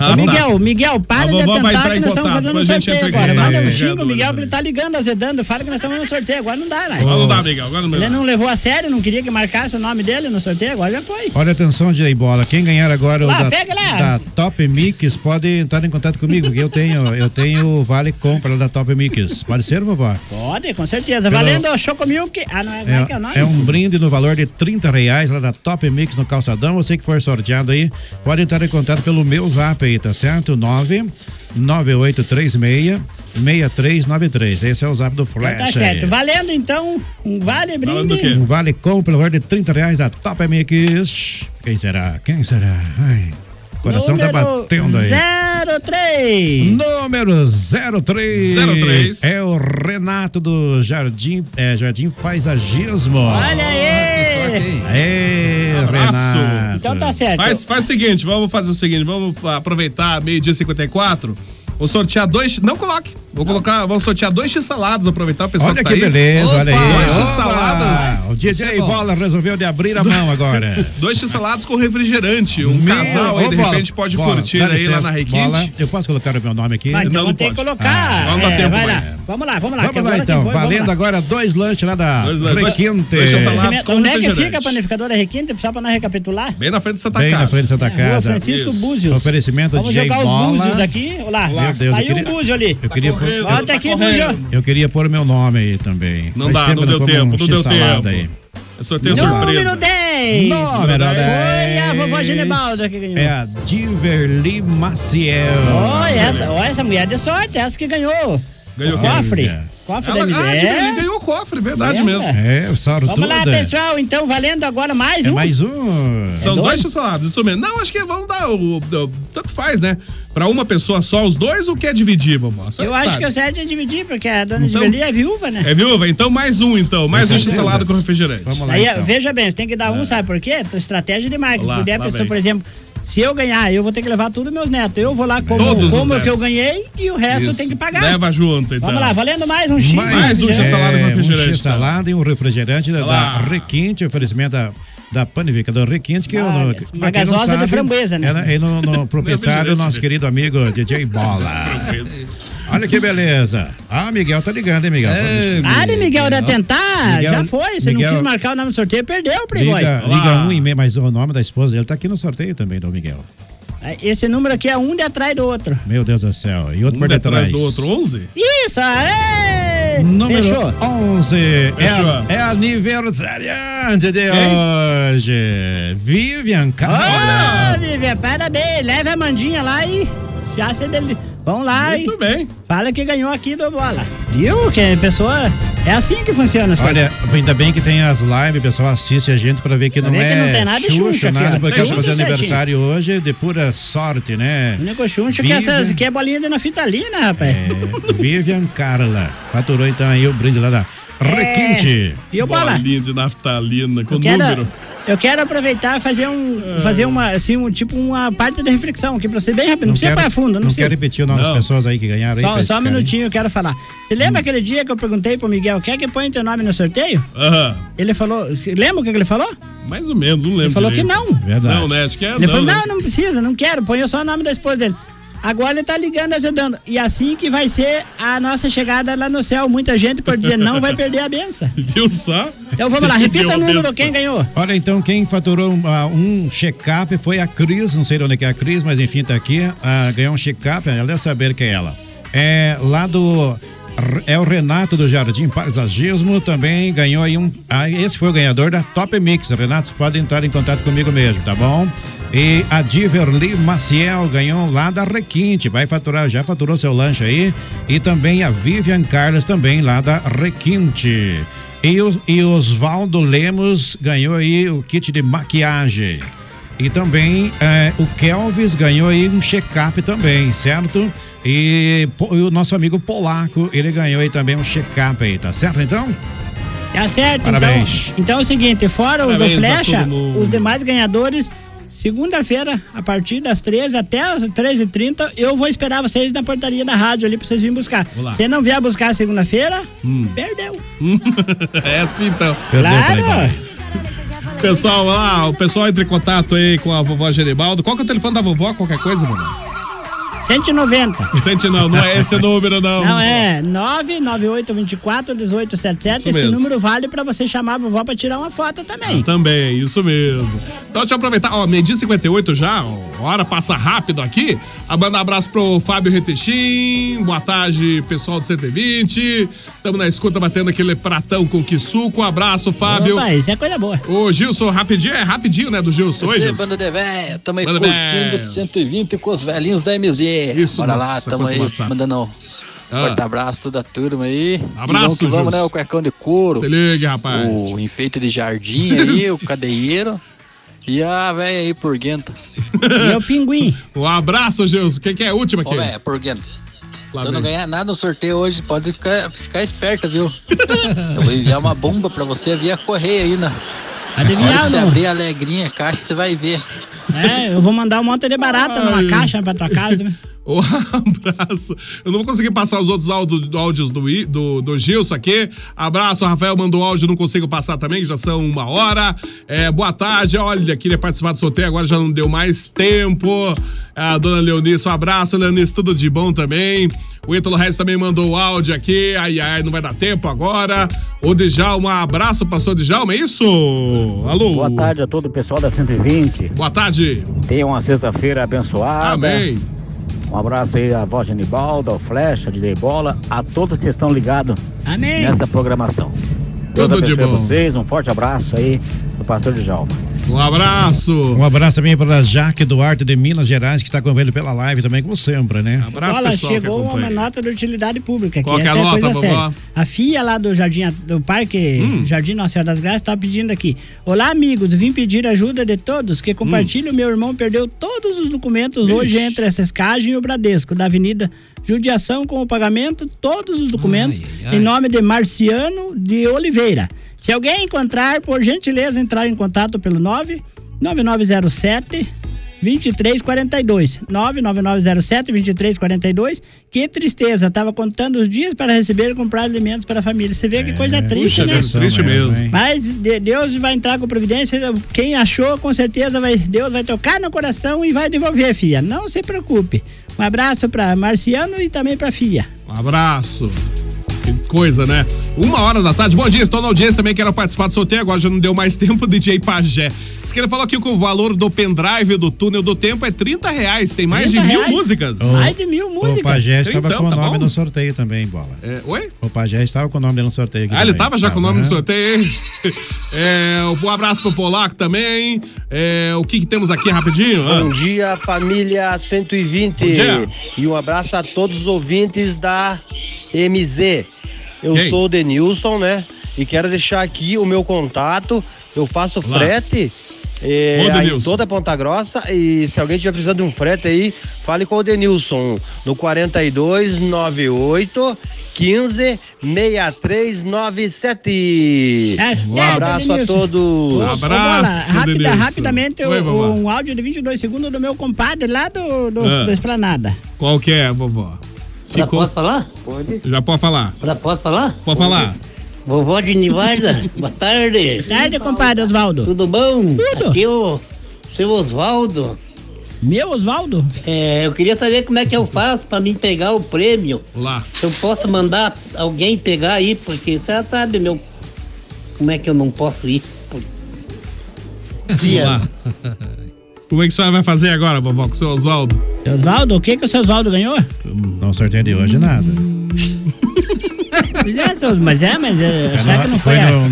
Speaker 9: Ô, Miguel, Miguel, para
Speaker 2: Ah, tá. A
Speaker 9: de
Speaker 2: vovó
Speaker 9: atentar
Speaker 2: vai entrar
Speaker 9: que
Speaker 2: em
Speaker 9: nós estamos
Speaker 2: contato
Speaker 9: fazendo
Speaker 2: pra
Speaker 9: um
Speaker 2: gente
Speaker 9: sorteio
Speaker 2: entregar
Speaker 9: agora.
Speaker 2: esses
Speaker 9: Manda um xingo,
Speaker 2: entregadores
Speaker 9: Miguel,
Speaker 2: aí.
Speaker 9: ele tá ligando, azedando, fala que nós estamos no sorteio. Agora não dá, né?
Speaker 2: Agora não dá, Miguel, agora não dá.
Speaker 9: Ele não levou a sério, não queria que marcasse o nome dele no sorteio, agora já foi.
Speaker 10: Olha atenção, DJ Bola, quem ganhar agora
Speaker 9: Lá,
Speaker 10: o da,
Speaker 9: pega lá.
Speaker 10: da Top Mix pode entrar em contato comigo, que eu tenho, eu tenho o Vale Compra da Top Mix. Pode ser, vovó?
Speaker 9: Pode, com certeza.
Speaker 10: Pelo-
Speaker 9: Valendo Choco Milk. Ah, não é, como é que é o nome?
Speaker 10: É, é um brinde no valor de 30 reais lá da Top Mix no Calçadão. Você que for sorteado aí, pode entrar em contato pelo meu zap aí, tá certo? 9 9836 6393. Esse é o zap do Flash.
Speaker 9: Tá certo.
Speaker 10: aí.
Speaker 9: Valendo então um vale brinde.
Speaker 10: Um vale compra, valor de 30 reais da Top MX. Quem será? Quem será? Ai, o coração tá
Speaker 9: Número
Speaker 10: batendo aí.
Speaker 9: 03.
Speaker 10: Número 03.
Speaker 9: 03.
Speaker 10: É o Renato do Jardim, é, Jardim Paisagismo.
Speaker 9: Olha
Speaker 2: Ah,
Speaker 9: aí.
Speaker 10: um. Aê,
Speaker 2: Abraço.
Speaker 10: Renato.
Speaker 9: Então tá certo.
Speaker 2: Faz, faz o seguinte, vamos fazer o seguinte, vamos aproveitar meio-dia e 54. Vou sortear dois. Não coloque. Vou colocar, vou sortear dois x-salados, aproveitar o pessoal
Speaker 10: Olha
Speaker 2: que
Speaker 10: que,
Speaker 2: tá aí.
Speaker 10: beleza, olha aí.
Speaker 2: Dois
Speaker 10: Opa!
Speaker 2: x-saladas.
Speaker 10: O
Speaker 2: Isso é
Speaker 10: DJ
Speaker 2: bom.
Speaker 10: Bola resolveu de abrir a mão agora.
Speaker 2: Dois x-salados com refrigerante. Um
Speaker 10: Meu-
Speaker 2: casal aí,
Speaker 10: Ô,
Speaker 2: de
Speaker 10: Bola,
Speaker 2: repente, pode
Speaker 10: Bola,
Speaker 2: curtir
Speaker 10: dá
Speaker 2: aí lá
Speaker 10: licença,
Speaker 2: na
Speaker 10: Bola,
Speaker 2: Requinte.
Speaker 10: eu posso colocar o meu nome aqui?
Speaker 9: Vai,
Speaker 2: tá
Speaker 9: então tem que colocar.
Speaker 10: Ah, não dá
Speaker 9: É,
Speaker 10: tempo
Speaker 9: vai lá.
Speaker 10: mais.
Speaker 9: Vamos lá, vamos lá. que
Speaker 10: Vamos lá
Speaker 9: agora
Speaker 10: então,
Speaker 9: quem foi, vamos
Speaker 10: valendo
Speaker 9: lá.
Speaker 10: agora dois lanches lá da
Speaker 2: Dois lanches.
Speaker 10: Requinte.
Speaker 2: Dois salados
Speaker 9: Onde- Onde é que fica a panificadora Requinte? Só pra nós recapitular.
Speaker 2: Bem na frente de Santa
Speaker 10: Bem
Speaker 2: Casa.
Speaker 10: na frente de Santa
Speaker 2: É, Rua
Speaker 10: Casa.
Speaker 2: Francisco
Speaker 9: Búzios.
Speaker 10: Oferecimento
Speaker 9: Vamos
Speaker 10: de J
Speaker 9: jogar os
Speaker 10: Bola.
Speaker 9: búzios aqui. Olha lá.
Speaker 10: Meu Deus, eu
Speaker 9: Saiu
Speaker 10: queria-
Speaker 9: um búzio ali.
Speaker 10: Eu
Speaker 2: Tá
Speaker 10: queria, pôr,
Speaker 9: Volta aqui, búzio.
Speaker 10: eu queria pôr o meu nome aí também.
Speaker 2: Não
Speaker 10: Faz
Speaker 2: dá,
Speaker 10: tempo
Speaker 2: não
Speaker 10: que eu
Speaker 2: deu
Speaker 10: como
Speaker 2: tempo,
Speaker 10: um
Speaker 2: não deu
Speaker 10: x-salada
Speaker 2: tempo.
Speaker 10: aí.
Speaker 2: É sorteio
Speaker 10: Número
Speaker 2: surpresa.
Speaker 9: Número 10.
Speaker 10: Número
Speaker 9: Foi a vovó
Speaker 10: 10.
Speaker 9: Genebalda que ganhou.
Speaker 10: É a Diverly Maciel.
Speaker 9: Olha essa, ó, essa mulher de sorte, essa que ganhou.
Speaker 10: Ganhou
Speaker 9: o
Speaker 10: quem?
Speaker 9: cofre.
Speaker 10: Olha.
Speaker 9: Cofre
Speaker 2: Ela-
Speaker 9: da
Speaker 2: ah,
Speaker 9: MZ.
Speaker 2: ele ganhou o cofre, verdade
Speaker 9: É,
Speaker 2: mesmo.
Speaker 9: cara.
Speaker 10: É, sortuda.
Speaker 9: Vamos lá, pessoal. Então, valendo agora mais
Speaker 10: É
Speaker 9: um. É
Speaker 10: mais um.
Speaker 2: São dois salados, isso mesmo. Não, acho que vamos dar. O, o- tanto faz, né? Pra uma pessoa só os dois ou quer dividir, vovó? Você
Speaker 9: Eu acho que o certo é dividir, porque a dona
Speaker 2: Então-
Speaker 9: Diveli é viúva, né?
Speaker 2: É viúva? Então mais um, então. Mais
Speaker 10: Com
Speaker 2: um
Speaker 10: certeza.
Speaker 2: x-salado com refrigerante. Vamos
Speaker 9: Aí, veja bem, você tem que dar um, sabe por quê? Estratégia de marketing.
Speaker 2: então. É. Lá,
Speaker 9: Porque a
Speaker 2: lá
Speaker 9: pessoa,
Speaker 2: vem.
Speaker 9: por exemplo, se eu ganhar, eu vou ter que levar tudo meus netos. Eu vou lá como,
Speaker 2: Todos os
Speaker 9: como o que eu
Speaker 2: netos.
Speaker 9: ganhei e o resto tem que pagar.
Speaker 2: Leva junto, então.
Speaker 9: Vamos lá, valendo mais um X.
Speaker 2: Mais um x-salada com refrigerante,
Speaker 10: né? Um x-salada e um refrigerante da, da
Speaker 2: Olá.
Speaker 10: Requinte, oferecimento da, da panificadora Requinte, que eu não. pra
Speaker 9: uma
Speaker 10: quem não
Speaker 9: gasosa de
Speaker 10: sabe,
Speaker 9: framboesa, né?
Speaker 10: Ela é no, no proprietário,
Speaker 2: Refrigerante
Speaker 10: nosso
Speaker 2: mesmo.
Speaker 10: querido amigo DJ Bola. Olha que beleza. Ah, Miguel tá ligando, hein, Miguel?
Speaker 9: Ah, de Miguel era tentar?
Speaker 10: Miguel-
Speaker 9: já foi. Você
Speaker 10: Miguel-
Speaker 9: não quis marcar o nome do sorteio, perdeu, Playboy.
Speaker 10: Liga, liga um e meia, mas o nome da esposa dele tá aqui no sorteio também, Dom Miguel.
Speaker 9: Esse número aqui é um de atrás do outro.
Speaker 10: Meu Deus do céu. E outro por detrás.
Speaker 2: Um do outro, 11?
Speaker 9: Isso, aê!
Speaker 10: Número
Speaker 9: Fechou.
Speaker 10: 11
Speaker 2: Fechou.
Speaker 10: é, é aniversariante de hoje. Vivian
Speaker 9: Ah,
Speaker 10: Carla.
Speaker 9: Ô, Vivian, parabéns. é Leve a Mandinha lá e já se dele. Vão lá e.
Speaker 2: Muito bem.
Speaker 9: Fala que ganhou aqui do bola. Viu? Que a pessoa. É assim que funciona as
Speaker 10: Olha, ainda bem que tem as lives, o pessoal assiste a gente pra ver que
Speaker 9: Pra
Speaker 10: não
Speaker 9: ver que
Speaker 10: é
Speaker 9: não tem nada de
Speaker 10: xuxa,
Speaker 9: xuxa aqui,
Speaker 10: nada,
Speaker 9: ó.
Speaker 10: porque
Speaker 9: Tem
Speaker 10: ela tá
Speaker 9: tudo
Speaker 10: fazendo
Speaker 9: certinho.
Speaker 10: aniversário hoje de pura sorte, né?
Speaker 9: O único chuncho que, essas, que é bolinha de na fita ali, né, rapaz?
Speaker 10: É. Vivian Carla. Faturou então aí o brinde lá da
Speaker 9: É.
Speaker 10: Requinte.
Speaker 9: E o Bola?
Speaker 2: Bolinha de naftalina com
Speaker 9: Eu quero,
Speaker 2: número. Ah.
Speaker 9: eu quero aproveitar e fazer um. Fazer uma, assim, um, tipo uma parte da reflexão aqui pra você bem rápido. Não, precisa
Speaker 10: quero-
Speaker 9: para fundo, não,
Speaker 10: Não
Speaker 9: precisa.
Speaker 10: quero repetir o nome das
Speaker 2: Não.
Speaker 10: pessoas aí que ganharam. aí
Speaker 9: Só,
Speaker 10: pra
Speaker 9: só um
Speaker 10: esse Hum. cara, hein?
Speaker 9: minutinho, eu quero falar. Você lembra aquele dia que eu perguntei pro Miguel, quer que põe teu nome no sorteio?
Speaker 2: Aham.
Speaker 9: Ele falou, lembra o que que ele falou?
Speaker 2: Mais ou menos, não lembro.
Speaker 9: Ele falou
Speaker 2: direito.
Speaker 9: que não.
Speaker 2: Não, né? Acho que é
Speaker 9: ele falou,
Speaker 2: né?
Speaker 9: não, não precisa, não quero, põe só o nome da esposa dele. Agora ele tá ligando, azedando. E assim que vai ser a nossa chegada lá no céu. Muita gente por dia não vai perder a benção.
Speaker 2: Viu só?
Speaker 9: Então vamos lá, repita o número, quem ganhou?
Speaker 10: Olha, então, quem faturou um, ah, um check-up foi a Cris, não sei de onde que é a Cris, mas enfim, tá aqui, ah, ganhou um check-up, ela deve saber que é ela. É lá do... É o Renato do Jardim Paisagismo, também ganhou aí um... ah, esse foi o ganhador da Top Mix. Renato, pode entrar em contato comigo mesmo, tá bom? E a Diverly Maciel ganhou lá da Requinte, vai faturar, já faturou seu lanche aí. E também a Vivian Carlos também lá da Requinte. E, o, e Osvaldo Lemos ganhou aí o kit de maquiagem. E também eh, o Kelvis ganhou aí um check-up também, certo? E, po- e o nosso amigo polaco, ele ganhou aí também um check-up aí, tá certo então?
Speaker 9: Tá certo,
Speaker 10: Parabéns.
Speaker 9: então. Então é o seguinte, fora os do
Speaker 10: Parabéns a
Speaker 9: Flecha,
Speaker 10: todo mundo.
Speaker 9: os demais ganhadores, segunda-feira, a partir das 13 até as 13h30, eu vou esperar vocês na portaria da rádio ali pra vocês virem buscar.
Speaker 2: Vou lá.
Speaker 9: Se não vier buscar segunda-feira,
Speaker 2: Hum.
Speaker 9: perdeu.
Speaker 2: é assim então.
Speaker 9: Claro.
Speaker 2: Pessoal, lá, o pessoal entra em contato aí com a vovó Geribaldo. Qual que é o telefone da vovó? Qualquer coisa, vovó?
Speaker 9: 190.
Speaker 2: 190, não é esse o número, não.
Speaker 9: Não, é 998-24-1877.
Speaker 2: Isso
Speaker 9: Esse
Speaker 2: mesmo. Ah, tá.
Speaker 9: número vale pra você chamar a vovó pra tirar uma foto também.
Speaker 2: Também, é isso mesmo. Então deixa eu aproveitar, ó, meio dia 58 já, ó, a hora passa rápido aqui. A mandar um abraço pro Fábio Retechim, boa tarde, pessoal do CT20. Tamo na escuta batendo aquele pratão com suco. Um abraço, Fábio.
Speaker 9: Opa, isso é coisa boa.
Speaker 2: Ô, Gilson, rapidinho, é rapidinho, né, do Gilson
Speaker 8: Você,
Speaker 2: hoje? Gilson?
Speaker 8: é banda de véia, tamo aí
Speaker 2: Banda de
Speaker 8: curtindo 120 com os velhinhos da MZ. Isso, Bora lá,
Speaker 2: nossa,
Speaker 8: tamo
Speaker 2: quanto
Speaker 8: aí,
Speaker 2: WhatsApp.
Speaker 8: mandando um
Speaker 2: Ah.
Speaker 8: forte abraço toda a turma aí.
Speaker 2: Abraço,
Speaker 8: E vamos que vamos,
Speaker 2: Jus.
Speaker 8: né, o cuecão de couro.
Speaker 2: Se liga, rapaz.
Speaker 8: O enfeite de jardim aí, o cadeieiro. E a véia aí, porguenta.
Speaker 9: E é o pinguim.
Speaker 2: Um abraço, Gilson. Quem que é a última aqui?
Speaker 8: Ô, véia, porguenta.
Speaker 2: Lá
Speaker 8: Se eu não
Speaker 2: vem.
Speaker 8: ganhar nada no sorteio hoje, pode ficar, ficar esperta, viu? eu vou enviar uma bomba pra você via correio aí, né?
Speaker 9: Adivinhar,
Speaker 8: Na hora que você
Speaker 9: não.
Speaker 8: abrir a alegrinha caixa, você vai ver.
Speaker 9: É, eu vou mandar um monte de barata numa
Speaker 8: Ai.
Speaker 9: caixa pra tua casa.
Speaker 2: Um abraço. Eu não vou conseguir passar os outros áudio- áudios do, I- do, do Gilson aqui. Abraço, o Rafael mandou áudio, não consigo passar também, que já são uma hora. É, boa tarde, olha, queria participar do sorteio, agora já não deu mais tempo. A dona Leonice, um abraço, Leonice, tudo de bom também. O Ítalo Reis também mandou áudio aqui. Ai, ai, não vai dar tempo agora. O Djalma, um abraço, pastor Djalma, é isso? Alô?
Speaker 5: Boa tarde a todo o pessoal da 120.
Speaker 2: Boa tarde.
Speaker 5: Tenha uma sexta-feira abençoada.
Speaker 2: Amém.
Speaker 5: Um abraço aí à voz Genibaldo, ao Flecha, de Dei Bola, a todos que estão ligados
Speaker 9: Amém.
Speaker 5: nessa programação. Deus
Speaker 10: Tudo de
Speaker 5: abençoe
Speaker 10: bom.
Speaker 5: vocês, um forte abraço aí do pastor Djalma.
Speaker 2: Um abraço.
Speaker 10: Um abraço também para Jaque Duarte de Minas Gerais, que está acompanhando pela live também, como sempre, né?
Speaker 9: Olha, chegou uma nota de utilidade pública.
Speaker 10: Qual que é
Speaker 9: essa
Speaker 10: a nota,
Speaker 9: coisa
Speaker 10: vovó? Hum.
Speaker 9: séria. A FIA lá do Jardim, do Parque Jardim Nossa Senhora das Graças tá pedindo aqui. Olá, amigos, vim pedir ajuda de todos que
Speaker 10: Hum.
Speaker 9: compartilham. Meu irmão perdeu todos os documentos
Speaker 5: Ixi.
Speaker 9: hoje entre a Sescagem e o Bradesco, da Avenida Judiação com o pagamento, todos os documentos,
Speaker 5: ai, ai.
Speaker 9: em nome de Marciano de Oliveira. Se alguém encontrar, por gentileza, entrar em contato pelo 99907... 2342 99907 2342 Que tristeza, tava contando os dias para receber e comprar alimentos para a família. Você vê que coisa triste,
Speaker 2: É. puxa
Speaker 9: né?
Speaker 2: vida, triste mesmo, hein?
Speaker 9: Mas de- Deus vai entrar com providência. Quem achou, com certeza vai, Deus vai tocar no coração e vai devolver, filha. Não se preocupe. Um abraço para Marciano e também para filha.
Speaker 2: Um abraço. Que coisa, né? Uma hora da tarde. Bom dia, estou na audiência também. Quero participar do sorteio. Agora já não deu mais tempo, DJ Pajé. Diz que ele falou aqui que o valor do pendrive do túnel do tempo é 30 reais. Tem mais de
Speaker 10: 30
Speaker 2: mil
Speaker 10: reais?
Speaker 2: músicas.
Speaker 19: Oh,
Speaker 2: Ah,
Speaker 10: Mais
Speaker 9: É de mil
Speaker 10: O Pajé estava
Speaker 2: Trintão,
Speaker 10: com o
Speaker 2: tá
Speaker 10: nome
Speaker 2: bom?
Speaker 10: no sorteio também, bola.
Speaker 2: É, oi?
Speaker 10: O Pajé estava com o nome dele no sorteio aqui.
Speaker 2: Ah, ele
Speaker 10: também.
Speaker 2: tava já com o nome no
Speaker 10: né?
Speaker 2: sorteio, hein? É, um abraço pro Polaco também. É, o que, que temos aqui rapidinho? Ah.
Speaker 12: Bom dia, família 120.
Speaker 2: Bom dia.
Speaker 12: E um abraço a todos os ouvintes da MZ. Eu sou o Denilson, né? E quero deixar aqui o meu contato. Eu faço frete eh,
Speaker 21: Ô,
Speaker 12: aí em
Speaker 21: Denilson.
Speaker 12: toda Ponta Grossa. E se alguém tiver precisando de um frete aí, fale com o Denilson no 4298 15 6397.
Speaker 9: É
Speaker 12: um
Speaker 9: certo,
Speaker 12: abraço a
Speaker 9: Denilson.
Speaker 12: todos.
Speaker 9: Ô, Bola, rápida- rapidamente, eu- um áudio de 22 segundos do meu compadre lá do, do,
Speaker 2: Ah.
Speaker 9: do Esplanada.
Speaker 2: Qual que é, vovó?
Speaker 19: Já posso falar? Pode.
Speaker 2: Já pode falar.
Speaker 19: Já posso falar?
Speaker 2: Pode falar.
Speaker 19: Vovó de Nivalda, boa tarde.
Speaker 9: Boa tarde, compadre Osvaldo.
Speaker 19: Tudo bom? Tudo. Aqui é o seu Osvaldo.
Speaker 9: Meu Osvaldo?
Speaker 19: É, eu queria saber como é que eu faço pra mim pegar o prêmio.
Speaker 2: Lá.
Speaker 19: Se eu posso mandar alguém pegar aí, porque você já sabe, meu. Como é que eu não posso ir? Por-
Speaker 2: Vamos lá. Como é que a senhora vai fazer agora, vovó, com o seu Oswaldo?
Speaker 9: Seu Osvaldo, o que, que o seu Osvaldo ganhou?
Speaker 10: Não sorteio de hoje nada.
Speaker 9: Mas é, seu- mas é, mas é, será que não foi?
Speaker 10: foi
Speaker 9: a-
Speaker 10: no,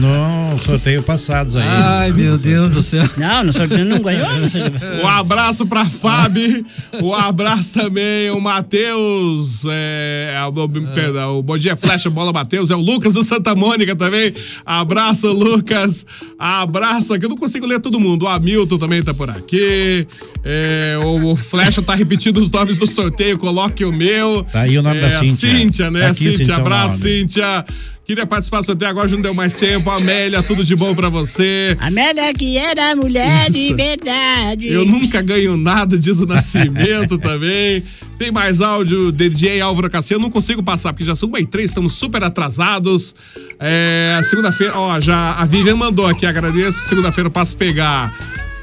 Speaker 10: no sorteio passados aí. Ai,
Speaker 9: meu Deus do céu. Não, no sorteio não ganhou. não sei.
Speaker 2: Um abraço pra Fábio, um abraço também o Matheus, é, é, o- perdão, o Bom Dia Flecha Bola Matheus, é o Lucas do Santa Mônica também, abraço Lucas, abraço aqui, eu não consigo ler todo mundo, o Hamilton também tá por aqui, é, o, o Flecha tá repetindo os nomes do sorteio, coloque o meu.
Speaker 10: Tá aí o nome da
Speaker 2: a
Speaker 10: Cíntia.
Speaker 2: Cíntia, né?
Speaker 10: Tá aqui,
Speaker 2: Cíntia,
Speaker 10: Cíntia, o
Speaker 2: abraço,
Speaker 10: nome.
Speaker 2: Cíntia. ah, Queria participar só até agora, já não deu mais tempo. Amélia, tudo de bom pra você.
Speaker 9: Amélia que era mulher de
Speaker 2: Isso.
Speaker 9: verdade.
Speaker 2: Eu nunca ganho nada, diz o Nascimento também. Tem mais áudio, DJ Álvaro Cassiano. Não consigo passar, porque já são 1 e 3, estamos super atrasados. É, segunda-feira, ó, já a Vivian mandou aqui, agradeço. Segunda-feira eu passo pegar.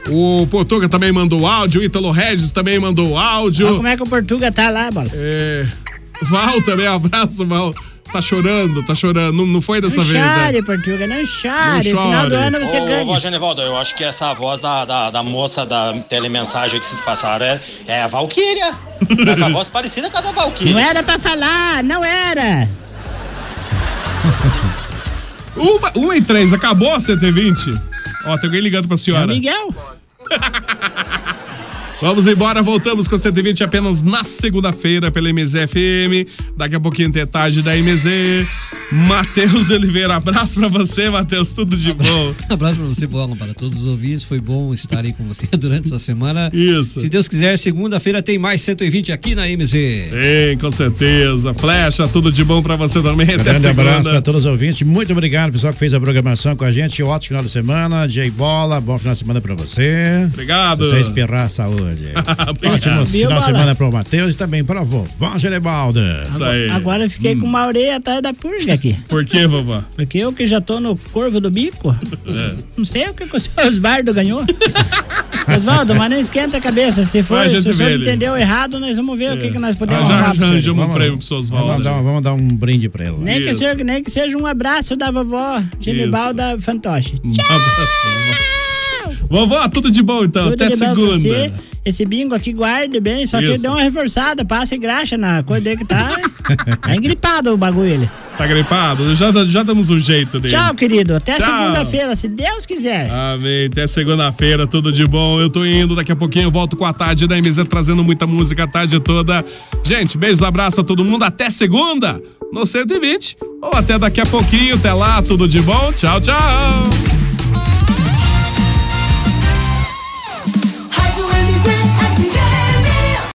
Speaker 2: O Portuga também mandou áudio, o Ítalo Regis também mandou
Speaker 9: Olha
Speaker 2: áudio.
Speaker 9: como é que o Portuga tá lá, bola.
Speaker 2: É, Val também, abraço, Val. Tá chorando, tá chorando. Não, não foi dessa
Speaker 9: Não
Speaker 2: vez, né?
Speaker 9: chore, Portuga, não chore.
Speaker 2: Não
Speaker 9: Ah, No final do
Speaker 2: chore.
Speaker 9: ano você
Speaker 13: Ô,
Speaker 9: ganha.
Speaker 13: Ô, Genivaldo, eu acho que essa voz da, da, da moça da telemensagem que vocês passaram é, é a Valkyria. Tá com a voz parecida com a da Valkyria.
Speaker 9: Não era pra falar, Ah, não era.
Speaker 2: Uma, uma e três, acabou a CT20? Ó, tem alguém ligando pra senhora.
Speaker 9: É Miguel.
Speaker 2: Vamos embora, voltamos com o 120 apenas na segunda-feira pela MZFM. Daqui a pouquinho tem tarde da MZ. Matheus Oliveira, abraço pra você, Matheus, tudo de bom.
Speaker 11: Um Abraço pra você, Bola, para todos os ouvintes. Foi bom estar aí com você durante essa semana.
Speaker 2: Isso.
Speaker 11: Se Deus quiser, segunda-feira tem mais 120 aqui na MZ.
Speaker 2: Tem, com certeza. Flecha, tudo de bom pra você também. Até
Speaker 10: Grande
Speaker 2: segunda.
Speaker 10: abraço para todos os ouvintes. Muito obrigado, pessoal que fez a programação com a gente. Ótimo final de semana. J Bola, bom final de semana para você.
Speaker 2: Obrigado.
Speaker 10: Se você espirrar a saúde.
Speaker 2: Obrigado.
Speaker 9: Viu,
Speaker 10: Ótimo final de
Speaker 9: Bola?
Speaker 10: semana para o Matheus e também para a vovó Gerebalda.
Speaker 2: Isso aí. Hum.
Speaker 9: Agora eu fiquei com uma orelha atrás da purga aqui.
Speaker 2: Por quê, vovó? É.
Speaker 9: Porque eu que já tô no corvo do bico, não sei o que que o seu Osvaldo ganhou. Osvaldo, mas não esquenta a cabeça. Se for,
Speaker 2: Vai, a
Speaker 9: se o
Speaker 2: gente vê
Speaker 9: senhor
Speaker 2: ele. É.
Speaker 9: entendeu errado, nós vamos ver o que, que nós podemos
Speaker 10: Ah, já
Speaker 9: arrumar. pra
Speaker 10: arranjamos
Speaker 9: você.
Speaker 10: um prêmio pro Oswaldo. Vamos, dar- vamos dar um brinde para ela.
Speaker 9: Nem que,
Speaker 10: Isso.
Speaker 9: seja, nem que seja um abraço da vovó Genibalda Fantoche.
Speaker 2: Um abraço, vovó. Vovó, tudo de bom então,
Speaker 9: Tudo
Speaker 2: até
Speaker 9: de bom pra
Speaker 2: segunda.
Speaker 9: você. Esse bingo aqui guarde bem, só que
Speaker 2: Isso.
Speaker 9: deu uma reforçada, passa e graxa na coisa dele que tá. tá engripado o bagulho ele.
Speaker 2: Tá gripado? Já, já damos um jeito nele.
Speaker 9: Tchau, querido. Até
Speaker 2: Tchau.
Speaker 9: segunda-feira, se Deus quiser.
Speaker 2: Amém. Até segunda-feira, tudo de bom. Eu tô indo, daqui a pouquinho eu volto com a tarde da MZ trazendo muita música a tarde toda. Gente, beijos, abraço a todo mundo. Até segunda no 120. Ou até daqui a pouquinho. Até lá, tudo de bom. Tchau, tchau.